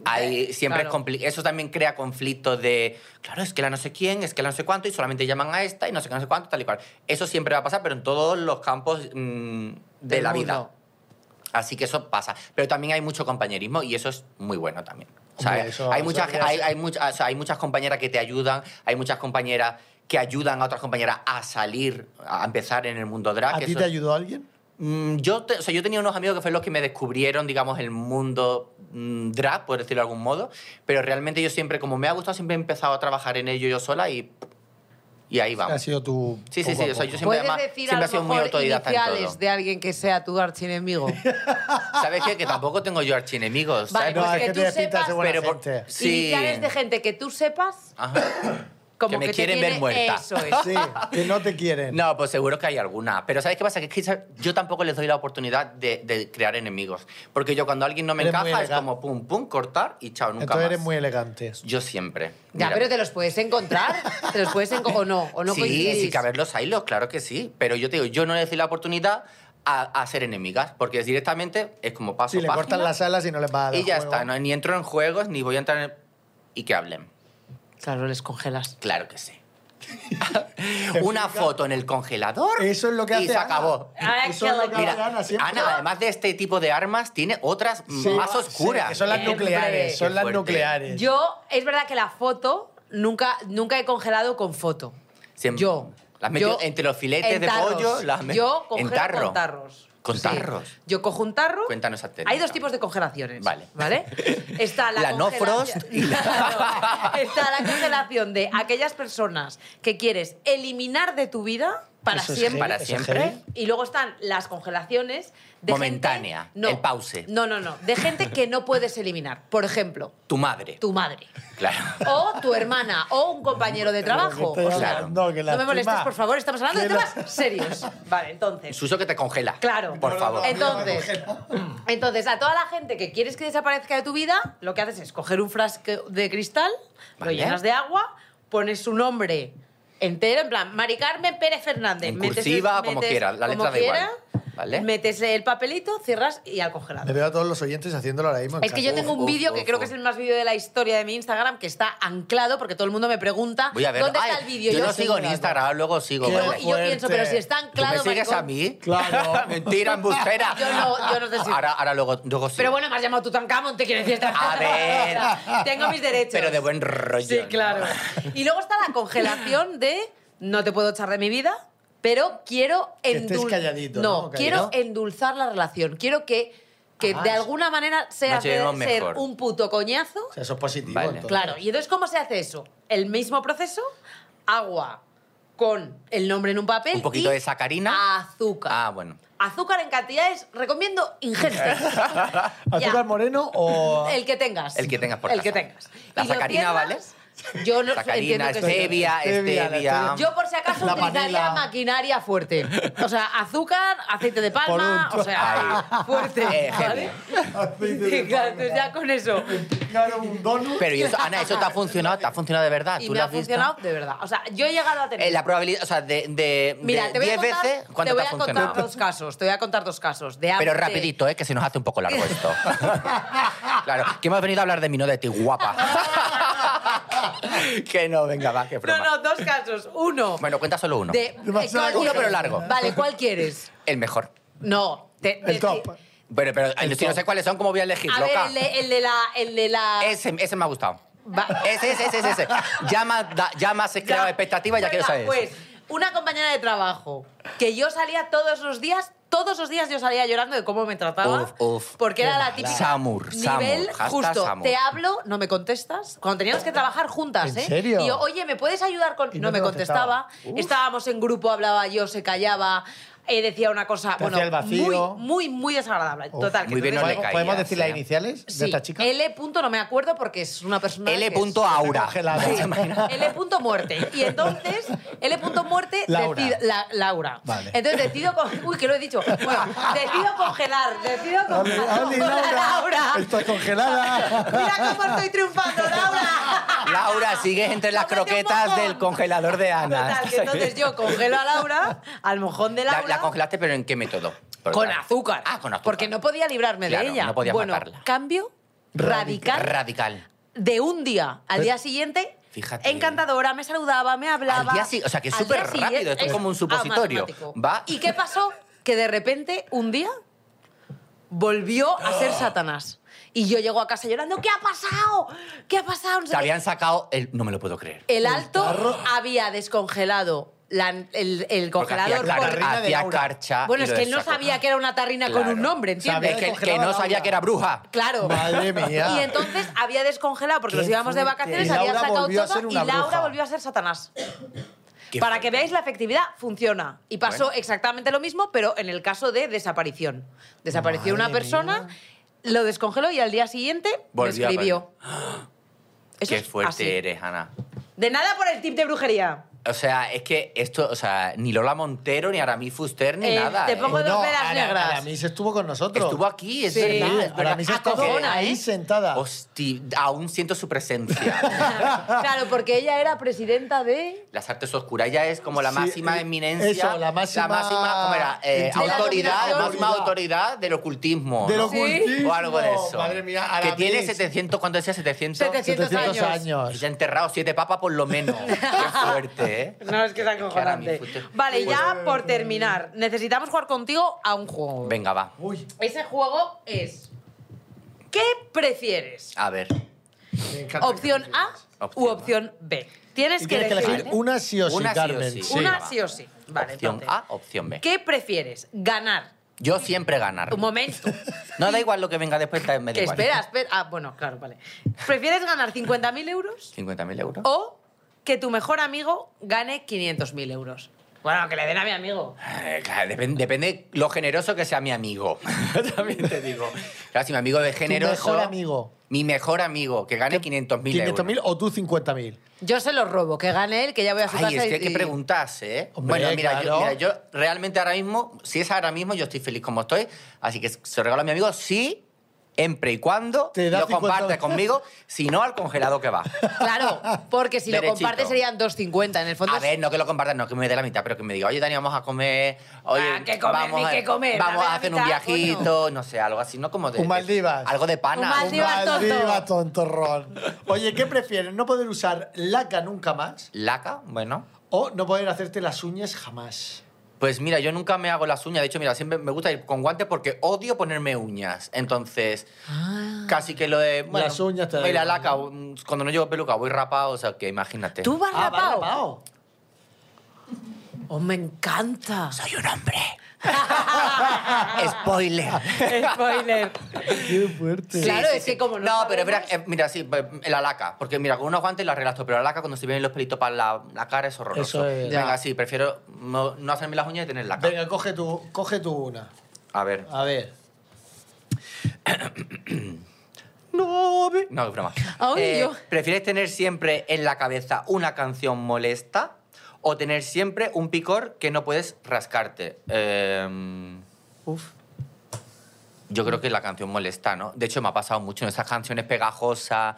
S3: Eh,
S4: Hay, siempre es
S2: claro.
S4: compli- eso también crea conflictos de claro es que la no sé quién es que la no sé cuánto y solamente llaman a esta y no sé qué no sé cuánto tal y cual eso siempre va a pasar pero en todos los campos mm, de
S2: Del
S4: la
S2: mundo.
S4: vida Así que eso pasa. Pero también hay mucho compañerismo y eso es muy bueno también. O sea,
S3: Hombre, eso-
S4: hay,
S3: eso
S4: muchas,
S3: debería
S4: hay,
S3: ser.
S4: hay mucha- o sea, hay muchas compañeras que te ayudan, hay muchas compañeras que ayudan a otras compañeras a salir, a empezar en el mundo drag.
S3: a
S4: Ah, que
S3: ti
S4: eso
S3: te
S4: es-
S3: ayudó alguien
S4: Mm, yo, te- o sea, yo tenía unos amigos que fueron los que me descubrieron, digamos, el mundo mm, drag, por decirlo de algún modo, pero realmente yo siempre, como me ha gustado, siempre he empezado a trabajar en ello yo sola y, y ahí
S3: ha
S4: vamos.
S3: sido tu
S4: Sí, sí,
S3: poco
S4: sí,
S3: a
S4: o
S3: poco.
S4: sea, yo siempre,
S2: ¿Puedes
S4: además,
S2: decir
S4: siempre
S2: a
S4: he sido
S2: lo
S4: muy
S2: mejor
S4: autodidacta en todo.
S2: iniciales de alguien que sea tu archienemigo?
S4: ¿Sabes qué? Que tampoco tengo yo archienemigos,
S2: Vale,
S4: ¿sabes?
S3: no,
S2: pues
S3: es
S2: que
S3: que
S2: tú
S3: tienes pinta de
S2: sepas-
S3: ser buena
S4: pero por-
S3: gente.
S4: Sí.
S2: Iniciales de gente que tú sepas
S4: Ajá.
S2: como
S4: Que me
S2: te
S4: quieren
S2: tiene-
S4: ver muerta.
S2: Eso es.
S3: Sí, que no te quieren.
S4: No, pues seguro que hay alguna. Pero ¿sabes qué pasa? Que es que esa- yo tampoco les doy la oportunidad de, de crear enemigos. Porque yo cuando alguien no me
S3: Eres muy
S4: encaja es
S3: elegante.
S4: como pum, pum, cortar y chao, nunca
S3: Entonces
S4: más.
S3: eres muy elegante.
S4: Yo siempre.
S2: Ya,
S4: Mira.
S2: pero te los puedes encontrar. Te los puedes enco- o no, o no
S4: sí,
S2: coincidís.
S4: sí que haber los hilos, claro que sí. Pero yo te digo, yo no les doy la oportunidad a, a ser enemigas. Porque es directamente es como paso
S3: Si le
S4: página
S3: cortan las alas y no les va a dar
S4: y ya
S3: juego.
S4: está. ¿no? Ni entro en juegos, ni voy a entrar en... Y que hablen.
S2: Claro, les congelas.
S4: Claro que sí. Una foto en el congelador
S3: Eso es lo que hace
S4: y se
S3: Ana.
S4: acabó.
S2: Ay,
S3: Eso es lo que
S2: qué
S3: hace Ana siempre.
S4: Ana, además de este tipo de armas, tiene otras
S3: Sí,
S4: más
S3: sí,
S4: oscuras.
S3: que son las
S2: Hombre.
S3: nucleares, son
S4: Qué
S3: las
S4: fuerte.
S3: nucleares.
S2: Yo, es verdad que la foto nunca, nunca he congelado con foto.
S4: Siempre-
S2: Yo.
S4: Las meto
S2: Yo-
S4: entre los filetes
S2: en
S4: de
S2: tarros.
S4: pollo, las meto
S2: Yo congelo
S4: en tarro.
S2: con tarros.
S4: Con tarros.
S2: Yo cojo un tarro.
S4: Cuéntanos esa técnica.
S2: Hay dos tipos de congelaciones.
S4: Vale.
S2: ¿Vale? Está la,
S4: La no
S2: congelación-
S4: frost y la-
S2: Claro. Está la congelación de aquellas personas que quieres eliminar de tu vida para
S3: Eso es
S2: siempre.
S4: Para
S3: Eso es
S4: siempre.
S3: heavy.
S2: Y luego están las congelaciones de
S4: Momentánea,
S2: gente-
S4: el pause.
S2: No, no, no. De gente que no puedes eliminar. Por ejemplo,
S4: Tu madre.
S2: tu madre.
S4: Claro.
S2: O tu hermana, o un compañero de trabajo.
S3: Pero que te
S2: O sea,
S3: hagan-
S4: no,
S2: no me
S3: que lástima.
S2: molestes, por favor, estamos hablando de
S3: Que
S2: temas
S3: la-
S2: serios. Vale, entonces.
S4: Suso que te congela.
S2: Claro.
S4: Por
S3: No, no, no,
S4: favor.
S3: a mí no me
S2: Entonces, entonces, a toda la gente que quieres que desaparezca de tu vida, lo que haces es coger un frasco de cristal,
S4: Vale.
S2: lo llenas de agua, pones su nombre entero, en plan, Mari Carmen Pérez Fernández.
S4: En
S2: metes el-
S4: cursiva o como quieras, la
S2: como
S4: letra da igual,
S2: quiera,
S4: ¿vale?
S2: Metes el papelito, cierras y al congelador.
S3: Me veo a todos los oyentes haciéndolo ahora mismo. en
S2: Es que yo
S3: casa.
S2: tengo un
S4: Uf,
S2: vídeo
S4: uf,
S2: que
S4: uf,
S2: creo que
S4: uf.
S2: es el más vídeo de la historia de mi Instagram que está anclado porque todo el mundo me pregunta
S4: Voy a ver.
S2: dónde
S4: Ay,
S2: está el vídeo.
S4: Yo, no
S2: sí,
S4: sigo en
S2: mira,
S4: Instagram, luego sigo.
S3: Qué
S2: Y
S4: Vale.
S2: yo- y yo
S3: fuerte.
S2: pienso, pero si está
S4: ¿Tú me
S2: anclado,
S4: sigues
S2: maricón.
S4: a mí?
S3: Claro.
S4: Mentira, embustera.
S2: Yo no- yo no te sigo.
S4: Ahora, ahora luego, luego sí.
S2: Pero bueno, me has llamado Tutankamón, te quiero decir.
S4: A ver.
S2: Tengo mis derechos.
S4: Pero de buen rollo.
S2: Sí,
S4: ¿no?
S2: claro. Y luego está la congelación de no te puedo echar de mi vida, pero quiero
S3: Que estés
S2: endul-
S3: calladito,
S2: No,
S3: ¿no?
S2: quiero
S3: Calladito.
S2: endulzar la relación. Quiero que, que
S4: Ah,
S2: de
S4: es-
S2: alguna manera seas
S4: Nos
S2: de
S4: llevemos
S2: ser
S4: mejor.
S2: un puto coñazo
S3: O sea, eso es positivo.
S4: Vale.
S3: entonces.
S2: Claro, y entonces, ¿cómo se hace eso? El mismo proceso, agua con el nombre en un papel.
S4: Un poquito
S2: y
S4: de sacarina.
S2: Azúcar.
S4: Ah, bueno.
S2: Azúcar en cantidades, recomiendo ingestas.
S3: ¿Azúcar
S2: Ya.
S3: moreno o...?
S2: el que tengas.
S4: El que tengas por
S2: El que
S4: casa.
S2: tengas.
S4: La
S2: Y lo
S4: sacarina,
S2: cierras
S4: ¿vale?
S2: Yo no
S4: Sacarina,
S2: entiendo que sí.
S4: stevia,
S3: Stevia, la
S4: stevia.
S2: Yo por si acaso
S3: La
S2: utilizaría
S3: panela.
S2: maquinaria fuerte. O sea, azúcar, aceite de palma,
S3: Por un
S2: o sea,
S4: Ahí.
S2: fuerte,
S4: Eh,
S2: ¿vale?
S3: Aceite de
S2: Sí, claro,
S3: palma.
S2: entonces ya con eso.
S3: Claro, un donut.
S4: Pero y eso, Ana, eso te ha funcionado, te ha funcionado de verdad.
S2: Y
S4: ¿Tú
S2: me
S4: lo
S2: ha
S4: has visto?
S2: funcionado de verdad. O sea, yo he llegado a tener
S4: Eh, la probabilidad, o sea, de, de,
S2: Mira,
S4: de
S2: te voy a
S4: 10
S2: contar,
S4: veces,
S2: te
S4: ¿cuánto te,
S2: voy
S4: ha
S2: a contar
S4: funcionado?
S2: dos casos. Te voy a contar dos casos. De
S4: Pero
S2: hambre.
S4: rapidito, ¿eh? que se nos hace un poco largo esto. claro, que hemos venido a hablar de mí, no de ti, guapa. que no, venga, va, que
S2: No,
S4: broma.
S2: no, dos casos. Uno.
S4: Bueno, cuenta solo uno.
S2: de,
S3: Demasiado
S2: ¿cuál
S3: uno,
S2: quieres?
S4: pero largo.
S2: Vale, ¿cuál quieres?
S4: El mejor.
S2: No. te- te-
S3: El top.
S4: Bueno, pero
S3: El
S4: si no
S3: top.
S4: sé cuáles son, ¿cómo voy a elegir,
S2: A ver,
S4: loca?
S2: el de, el de la... El de la...
S4: Ese, ese me ha gustado.
S2: Va-
S4: Ese, ese, ese, ese. ese. Ya me has da- ya me has creado expectativas, ya quiero
S2: Venga,
S4: saber.
S2: Pues, una compañera de trabajo que yo salía todos los días, todos los días yo salía llorando de cómo me trataba.
S4: Uf, uf.
S2: porque
S4: Qué
S2: era la
S4: mala.
S2: típica.
S4: Samur,
S2: nivel
S4: Samur, hashtag
S2: justo.
S4: Samur.
S2: Te hablo, no me contestas. Cuando teníamos que trabajar juntas,
S3: ¿En
S2: ¿eh?
S3: serio?
S2: Y yo, oye, ¿me puedes ayudar con.?
S3: Y
S2: No,
S3: no
S2: me
S3: te contestaba.
S2: contestaba.
S3: Uf.
S2: Estábamos en grupo, hablaba yo, se callaba. eh, decía una cosa,
S3: Te
S2: bueno,
S3: hacía el vacío.
S2: muy, muy, muy desagradable.
S3: Uf,
S2: Total. que
S4: muy bien,
S2: entonces-
S3: ¿Podemos,
S4: no le caías,
S3: podemos decir las
S4: ¿eh?
S3: iniciales de
S2: Sí,
S3: esta chica?
S2: L. punto, no me acuerdo porque es una persona.
S4: L.
S2: que es-
S4: punto Aura.
S3: Congelada.
S4: ¿Te imaginas?
S2: L. punto muerte. Y entonces, L. punto muerte,
S3: Laura.
S2: decido- la- Laura.
S3: Vale.
S2: Entonces decido. con- Uy, que lo he dicho. Bueno, decido congelar. Decido
S3: Ale,
S2: congelar.
S3: Ale,
S2: Hola, Laura.
S3: Está congelada.
S2: Mira cómo estoy triunfando, Laura.
S4: Laura, sigues entre las
S2: Cómete un
S4: croquetas
S2: mojón.
S4: del congelador de Ana.
S2: Total, que entonces yo congelo a Laura, al mojón de
S4: La,
S2: Laura.
S4: la congelaste, pero ¿en qué método? Porque-
S2: Con azúcar.
S4: Ah, con azúcar.
S2: Porque no podía librarme de
S4: Claro,
S2: ella.
S4: no podías
S2: bueno,
S4: matarla.
S2: cambio radical,
S4: Radical.
S2: de un día al día siguiente.
S4: Fíjate.
S2: Encantadora, me saludaba, me hablaba.
S4: Al día si- o sea, que es
S2: Al
S4: súper
S2: día siguiente-
S4: rápido, esto es como un supositorio.
S2: automático.
S4: Va.
S2: ¿Y qué pasó? Que de repente, un día, volvió a ser Satanás. Y yo llego a casa llorando, ¿qué ha pasado? ¿Qué ha pasado? No sé
S4: Te
S2: qué.
S4: habían sacado el... No me lo puedo creer.
S2: El alto había descongelado la- el, el
S4: Porque hacía,
S2: congelador.
S4: car-
S2: por- Ah.
S3: reina de
S4: hacía
S3: Laura.
S4: carcha.
S2: Bueno,
S4: y
S2: es
S4: lo
S2: que no
S4: sacó.
S2: sabía que era una tarrina con
S4: Claro.
S2: un nombre,
S4: Es
S2: ¿entiendes?
S4: que, que
S3: Congelaba
S4: no
S3: Laura.
S4: sabía que era bruja.
S2: Claro.
S3: Madre mía.
S2: Y entonces había descongelado porque
S3: Qué
S2: nos íbamos de
S3: fuerte.
S2: vacaciones,
S3: Y
S2: había
S3: Laura
S2: sacado
S3: volvió a ser
S2: todo y
S3: una
S2: Laura
S3: bruja.
S2: volvió a ser Satanás.
S4: Qué
S2: Para
S4: fuerte.
S2: que veáis la efectividad funciona. Y pasó
S4: Bueno.
S2: exactamente lo mismo, pero en el caso de desaparición. Desapareció
S3: Madre
S2: una persona, lo descongeló y al día siguiente
S4: Volvió a
S2: me escribió. Eso
S4: Qué
S2: es
S4: fuerte
S2: así.
S4: eres, Ana.
S2: De nada por el tip de brujería.
S4: O sea, es que esto, o sea, ni Lola Montero, ni Aramis Fuster, ni
S2: Eh,
S4: nada.
S2: te
S4: ¿eh?
S2: pongo- dos velas negras.
S3: Aramis estuvo con nosotros.
S4: Estuvo aquí, es
S2: Sí.
S4: verdad. es verdad.
S3: Aramis
S2: A
S3: estaba
S2: Cogona,
S3: ahí
S2: ¿eh?
S3: sentada.
S4: Oh, Hosti, aún siento su presencia.
S2: claro, porque ella era presidenta de...
S4: Las artes oscuras ya es como la
S3: Sí,
S4: máxima
S3: eh,
S4: eminencia.
S3: eso, la máxima-
S4: ¿cómo era? Eh,
S3: De
S2: la
S4: autoridad, la
S2: dominación.
S4: máxima autoridad del ocultismo.
S3: Del
S4: ¿no?
S2: Sí.
S3: ocultismo.
S4: O algo de eso.
S3: Madre mía,
S4: que
S3: Aramis.
S4: tiene 700, ¿cuánto decía? 700.
S2: 700
S3: 700
S2: años.
S4: Y
S3: años.
S4: se ha enterrado siete papas por lo menos. Qué fuerte, ¿eh?
S2: No, es que es
S4: acojonante.
S2: acojonante. Vale,
S3: Pues eh,
S2: ya por terminar, necesitamos jugar contigo a un juego.
S4: Venga, va.
S3: Uy,
S2: Ese juego es... ¿Qué prefieres?
S4: A ver.
S3: me encanta.
S2: Opción A
S4: Ah, Opción
S2: u
S4: A.
S2: opción B.
S3: Y
S2: Tienes que
S3: tienes que
S2: elegir
S3: elegir una sí o sí,
S4: Una sí o
S3: Carmen.
S4: sí.
S2: una
S4: va.
S2: sí o sí. Vale,
S4: opción
S2: entonces,
S4: A, opción B.
S2: ¿Qué prefieres? ¿Ganar?
S4: Yo siempre ganar.
S2: Un momento.
S4: No da igual lo que venga después, me da
S2: que
S4: igual.
S2: espera, espera. Ah, bueno, claro, vale. ¿Prefieres ganar 50.000 euros
S4: 50.000 euros.
S2: o que tu mejor amigo gane 500.000 euros? Bueno, que le den a mi amigo.
S4: Eh, claro, depen- depende lo generoso que sea mi amigo. También te digo. Claro, si mi amigo es generoso.
S3: mejor amigo.
S4: Mi mejor amigo, que gane 500.000 euros.
S3: 500.000 o tú 50.000.
S2: Yo se los robo, que gane él, que ya voy a su
S4: Ay,
S2: casa
S4: es que hay
S2: y-
S4: que preguntarse, ¿eh?
S3: Hombre,
S4: bueno, mira,
S3: claro.
S4: yo, mira, yo realmente ahora mismo, si es ahora mismo, yo estoy feliz como estoy, así que se lo regalo a mi amigo si,empre y cuando,
S3: Te da
S4: lo
S3: 50.
S4: comparte conmigo, si no al congelado que va.
S2: Claro, porque si lo
S4: Derechito.
S2: compartes serían 2.50. En el fondo
S4: A
S2: es-
S4: ver, no que lo compartan, no que me dé la mitad, pero que me diga, oye, Dani, vamos a comer, oye,
S2: Ah, que comer,
S4: vamos,
S2: ni
S4: a-
S2: que comer,
S4: vamos
S2: dame
S4: a
S2: la
S4: hacer un
S2: mitad,
S4: viajito, no sé, algo así, ¿no? Como de...
S3: Un
S4: de-
S3: Maldivas.
S4: Algo de pana.
S2: Un Maldivas. tonto.
S3: Maldiva, tontorrón. Oye, ¿qué prefieres? ¿No poder usar laca nunca más
S4: Laca, bueno.
S3: o no poder hacerte las uñas jamás?
S4: Pues mira, yo nunca me hago las uñas. De hecho, mira, siempre me gusta ir con guantes porque odio ponerme uñas. Entonces,
S2: Ah.
S4: casi que lo de. Bueno,
S3: Las uñas te da
S4: voy la
S3: igual,
S4: laca. mm, Cuando no llevo peluca, voy rapado. O sea, que imagínate.
S2: ¿Tú vas
S3: Ah, vale,
S2: rapado?
S3: rapao.
S2: Oh, me encanta.
S4: Soy un hombre. Spoiler.
S2: Spoiler.
S3: Qué fuerte.
S4: Sí,
S2: Claro,
S4: sí,
S2: es
S4: sí.
S2: que como no
S4: pero es verdad,
S2: sabemos-
S4: eh, mira, sí, pues, la laca. Porque mira, con unos guantes la relajo, pero la laca cuando se vienen los pelitos para la, la cara es horroroso.
S3: Eso es.
S4: Venga,
S2: Ya.
S4: sí, prefiero no, no hacerme las uñas y tener laca.
S3: Venga, coge tú, coge tú una.
S4: A ver.
S3: A ver.
S4: No suave. No, es broma. Eh,
S2: Ay, yo.
S4: ¿Prefieres tener siempre en la cabeza una canción molesta o tener siempre un picor que no puedes rascarte? Eh, uf. Yo creo que la canción molesta, ¿no? De hecho, me ha pasado mucho en esas canciones pegajosas.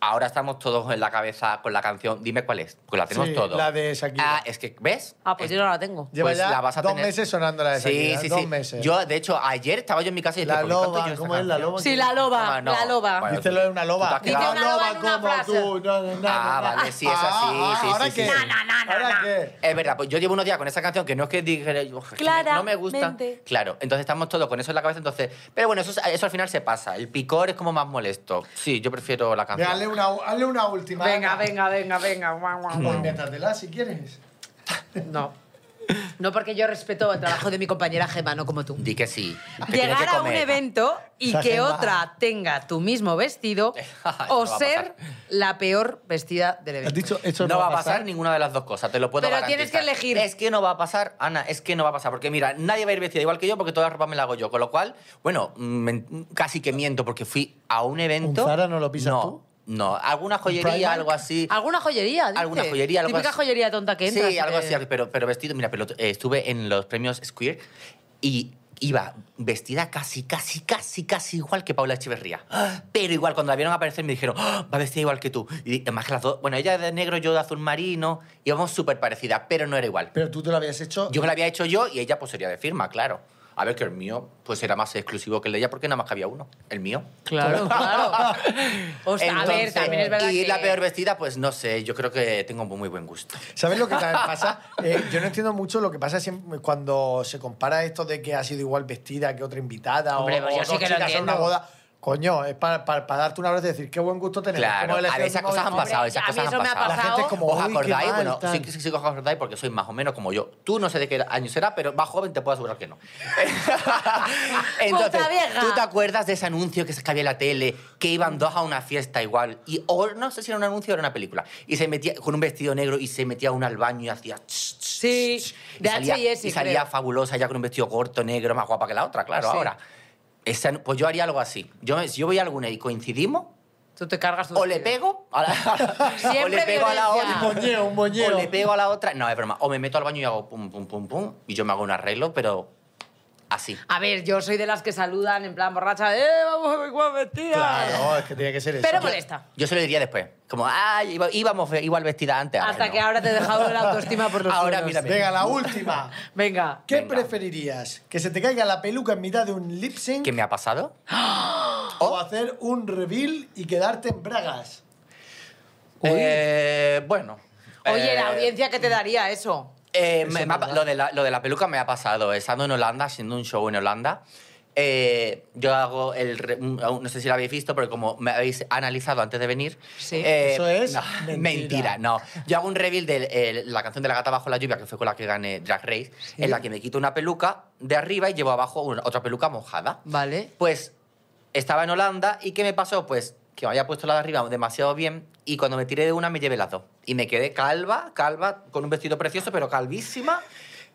S4: Ahora estamos todos en la cabeza con la canción. Dime cuál es, porque la tenemos
S3: Sí,
S4: todos.
S3: la de Shakira.
S4: Ah, es que, ¿ves?
S2: Ah, pues
S4: Es-
S2: yo no la tengo.
S3: Lleva
S4: pues
S3: ya
S4: la vas a
S3: dos
S4: tener.
S3: meses sonando la de
S4: Sí,
S3: Shakira,
S4: sí,
S3: dos
S4: sí.
S3: meses.
S4: Yo, de hecho, ayer estaba yo en mi casa y dije,
S3: La
S4: "¿Por qué canto
S3: loba,
S4: yo esta
S3: ¿cómo es? La
S4: canción?".
S3: loba.
S2: Sí, la loba,
S4: Ah, no.
S2: la loba.
S4: Bueno,
S3: Díselo en una
S4: tú te
S3: loba.
S4: has quedado-
S2: Dice una loba en una frase.
S3: No, no, no,
S4: Ah,
S3: no, no.
S4: vale, sí, es así,
S3: Ah,
S4: sí, sí,
S3: ¿Ahora
S4: sí,
S3: qué?
S4: sí. No,
S2: no, no,
S3: ¿Ahora
S2: no.
S3: qué?
S4: Es verdad, pues yo llevo unos días con esa canción que no es que dije, "Uf, es que me- no me gusta.
S2: Claramente.
S4: Claro, entonces estamos todos con eso en la cabeza, entonces. Pero bueno, eso, es- eso al final se pasa. El picor es como más molesto. Sí, yo prefiero la
S3: Venga,
S4: canción.
S3: hazle una, hazle una última.
S2: Venga,
S3: Ana.
S2: venga, venga, venga. guau, guau,
S3: O
S2: guau.
S3: invéntatela si quieres.
S2: No. No, porque yo respeto el trabajo de mi compañera Gemma, no como tú.
S4: Di que sí. que tienes
S2: Llegar
S4: que
S2: a un
S4: comer.
S2: evento y
S3: Esa
S2: que
S3: Gemma.
S2: otra tenga tu mismo vestido
S4: Eso
S2: o
S4: no va a
S2: ser
S4: pasar. eh,
S2: la peor vestida del evento.
S3: eso
S4: no va a pasar ninguna de las dos cosas, te lo puedo
S2: Pero
S4: garantizar.
S2: tienes que elegir.
S4: Es que no va a pasar, Ana, es que no va a pasar. Porque mira, nadie va a ir vestida igual que yo porque toda la ropa me la hago yo. Con lo cual, bueno, men- casi que miento porque fui a un evento...
S3: ¿Un Zara no lo pisas
S4: no,
S3: tú?
S4: No, alguna joyería,
S3: Primark?
S4: algo así.
S2: ¿Alguna joyería? dices?
S4: Alguna joyería, algo
S2: Típica
S4: así.
S2: joyería tonta que eh. entra.
S4: Sí, algo así, pero, pero vestido. Mira, pero eh, estuve en los premios Square y iba vestida casi, casi, casi, casi igual que Paula Echeverría. Pero igual, cuando la vieron aparecer me dijeron, "Ah, va vestida igual que tú. Y además que las dos, bueno, ella de negro, yo de azul marino, íbamos súper parecidas, pero no era igual.
S3: Pero tú te lo habías hecho.
S4: Yo me la había hecho yo y ella pues sería de firma, claro. A ver, que el mío pues era más exclusivo que el de ella porque nada más que había uno, el mío.
S2: Claro, claro. O sea, a ver,
S4: Entonces,
S2: también es verdad
S4: y
S2: que...
S4: la peor vestida, pues no sé, yo creo que tengo muy buen gusto.
S3: ¿Sabes lo que también pasa? Eh, yo no entiendo mucho lo que pasa siempre cuando se compara esto de que ha sido igual vestida que otra invitada
S2: Hombre,
S3: o,
S2: pues
S3: o
S2: yo
S3: dos
S2: sí que lo
S3: chicas en una
S2: entiendo.
S3: boda. Coño, es para, para, para darte un abrazo y decir qué buen gusto tenemos.
S4: Claro,
S3: Hemos elegido
S4: a ver, esas
S3: el mismo
S4: cosas han
S3: vestido.
S4: pasado,
S2: a
S4: esas
S2: mí
S4: cosas
S2: eso
S4: han
S2: me ha
S4: pasado.
S3: La gente es como,
S4: ¿Os
S3: "Uy, qué
S4: acordáis?
S3: mal",
S4: bueno,
S3: tal.
S4: sí, sí, sí que os acordáis porque sois más o menos como yo. Tú no sé de qué año será, pero más joven te puedo asegurar que no. Entonces,
S2: Puta vieja.
S4: ¿tú te acuerdas de ese anuncio que se que había en la tele que iban dos a una fiesta igual? Y o no sé si era un anuncio o era una película. Y se metía con un vestido negro y se metía uno al baño y hacía... ch, ch,
S2: Sí,
S4: ch, ch,
S2: de
S4: y salía,
S2: H&S,
S4: y salía
S2: creo.
S4: fabulosa ya con un vestido corto, negro, más guapa que la otra, claro,
S2: Sí.
S4: ahora. Ese anu- pues yo haría algo así. Yo, me- si yo voy a alguna y coincidimos,
S2: Tú te cargas tu
S4: o le
S2: vestido.
S4: pego a la, o
S2: Siempre
S4: le pego a la
S2: violencia.
S4: otra
S3: Un moñeo, un moñeo.
S4: o le pego a la otra no es broma o me meto al baño y hago pum pum pum pum y yo me hago un arreglo pero así
S2: A ver, yo soy de las que saludan en plan borracha, ¡eh, vamos a ver cuál vestida!
S3: Claro, es que tiene que ser eso.
S2: Pero Ah, molesta.
S4: yo se lo diría después como ah iba- íbamos ve- igual vestida antes ahora
S2: Hasta
S4: no.
S2: que ahora te dejamos la autoestima por los
S4: Ahora
S2: suelos.
S4: mírame.
S3: Venga, la última.
S2: Venga.
S3: ¿Qué
S4: Venga.
S3: preferirías? ¿Que se te caiga la peluca en mitad de un lip sync
S4: ¿qué me ha pasado?
S2: Oh.
S3: o hacer un reveal y quedarte en bragas?
S4: Eh, bueno
S2: Oye, la
S4: Eh,
S2: audiencia que te daría eso.
S4: Eh,
S3: Eso
S4: me-
S3: es
S4: me ha-
S3: verdad.
S4: lo, de la, lo de la peluca me ha pasado. Estando en Holanda, haciendo un show en Holanda, eh, yo hago el... re- un- aún No sé si lo habéis visto, pero como me habéis analizado antes de venir... eh,
S2: Sí.
S3: Eso es
S4: no,
S3: mentira.
S4: mentira. no. Yo hago un reveal de eh, la canción de La Gata Bajo la Lluvia, que fue con la que gané Drag Race, en la que me quito una peluca de arriba y llevo abajo una- otra peluca mojada.
S2: Vale.
S4: Pues estaba en Holanda y ¿qué me pasó? Pues que me había puesto la de arriba demasiado bien y cuando me tiré de una me llevé las dos. Y me quedé calva, calva, con un vestido precioso, pero calvísima.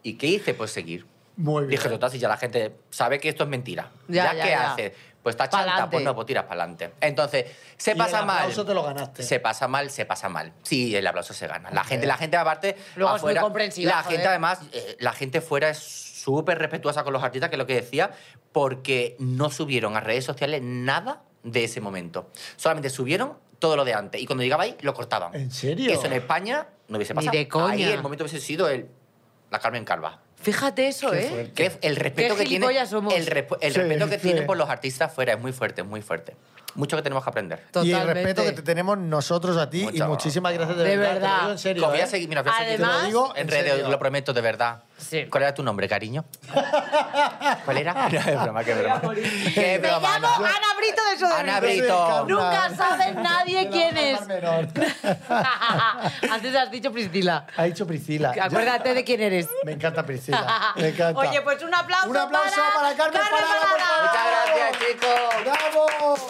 S4: ¿Y qué hice? Pues seguir.
S3: Muy bien.
S4: Dije, total, si ya la gente sabe que esto es mentira.
S2: Ya,
S4: ¿Ya,
S2: ya,
S4: qué
S2: ya.
S4: hace? Pues está
S2: Pa'lante.
S4: chanta, pues no, pues tiras para adelante. Entonces, se
S3: Y
S4: pasa
S3: el
S4: mal.
S3: aplauso te lo ganaste.
S4: Se pasa mal, se pasa mal. Sí, el aplauso se gana. La gente, la gente aparte
S2: Luego es muy
S4: afuera,
S2: comprensiva,
S4: La
S2: joder.
S4: gente además, eh, la gente fuera es súper respetuosa con los artistas, que es lo que decía, porque no subieron a redes sociales nada de ese momento. Solamente subieron todo lo de antes y cuando llegaba ahí lo cortaban.
S3: ¿En serio?
S4: Eso en España no hubiese
S2: Ni
S4: pasado.
S2: de coña.
S4: Ahí el momento hubiese sido el la Carmen Calva.
S2: Fíjate eso, ¿eh?
S3: fuerte.
S4: Que el respeto
S2: Qué
S4: que tiene
S2: gilipollas somos.
S4: el, resp- el
S3: Sí,
S4: respeto que
S3: sí.
S4: tienen por los artistas fuera es muy fuerte, es muy fuerte. Mucho que tenemos que aprender.
S3: Y el respeto que te tenemos nosotros a ti y
S4: Muchas
S3: muchísimas gracias de,
S2: De
S3: Te lo
S2: verdad.
S3: digo en serio.
S4: Os voy a
S3: ¿eh?
S4: seguir, mira, os voy a seguir-
S2: Además- Te lo
S3: digo en
S4: en redes,
S3: serio.
S4: os lo prometo, de verdad.
S2: Sí.
S4: ¿Cuál era tu nombre, cariño? ¿Cuál era? No, es broma, que broma. Qué
S2: Me
S4: broma,
S2: llamo
S4: no.
S2: Ana Brito de Sodebrito.
S4: Ana
S3: Brito.
S2: Nunca
S3: Carmen.
S2: sabe
S3: De
S2: nadie
S3: la
S2: quién es.
S3: Baja Menor.
S2: Antes has dicho Priscila.
S3: Ha dicho Priscila.
S2: Acuérdate de quién eres.
S3: Me encanta Priscila. Me encanta.
S2: Oye, pues un aplauso
S3: Un aplauso para,
S2: para
S3: Carmen
S2: Carmen
S3: Parada, por
S2: Parada.
S3: favor.
S4: Muchas gracias, chicos.
S3: ¡Bravo!
S1: Pop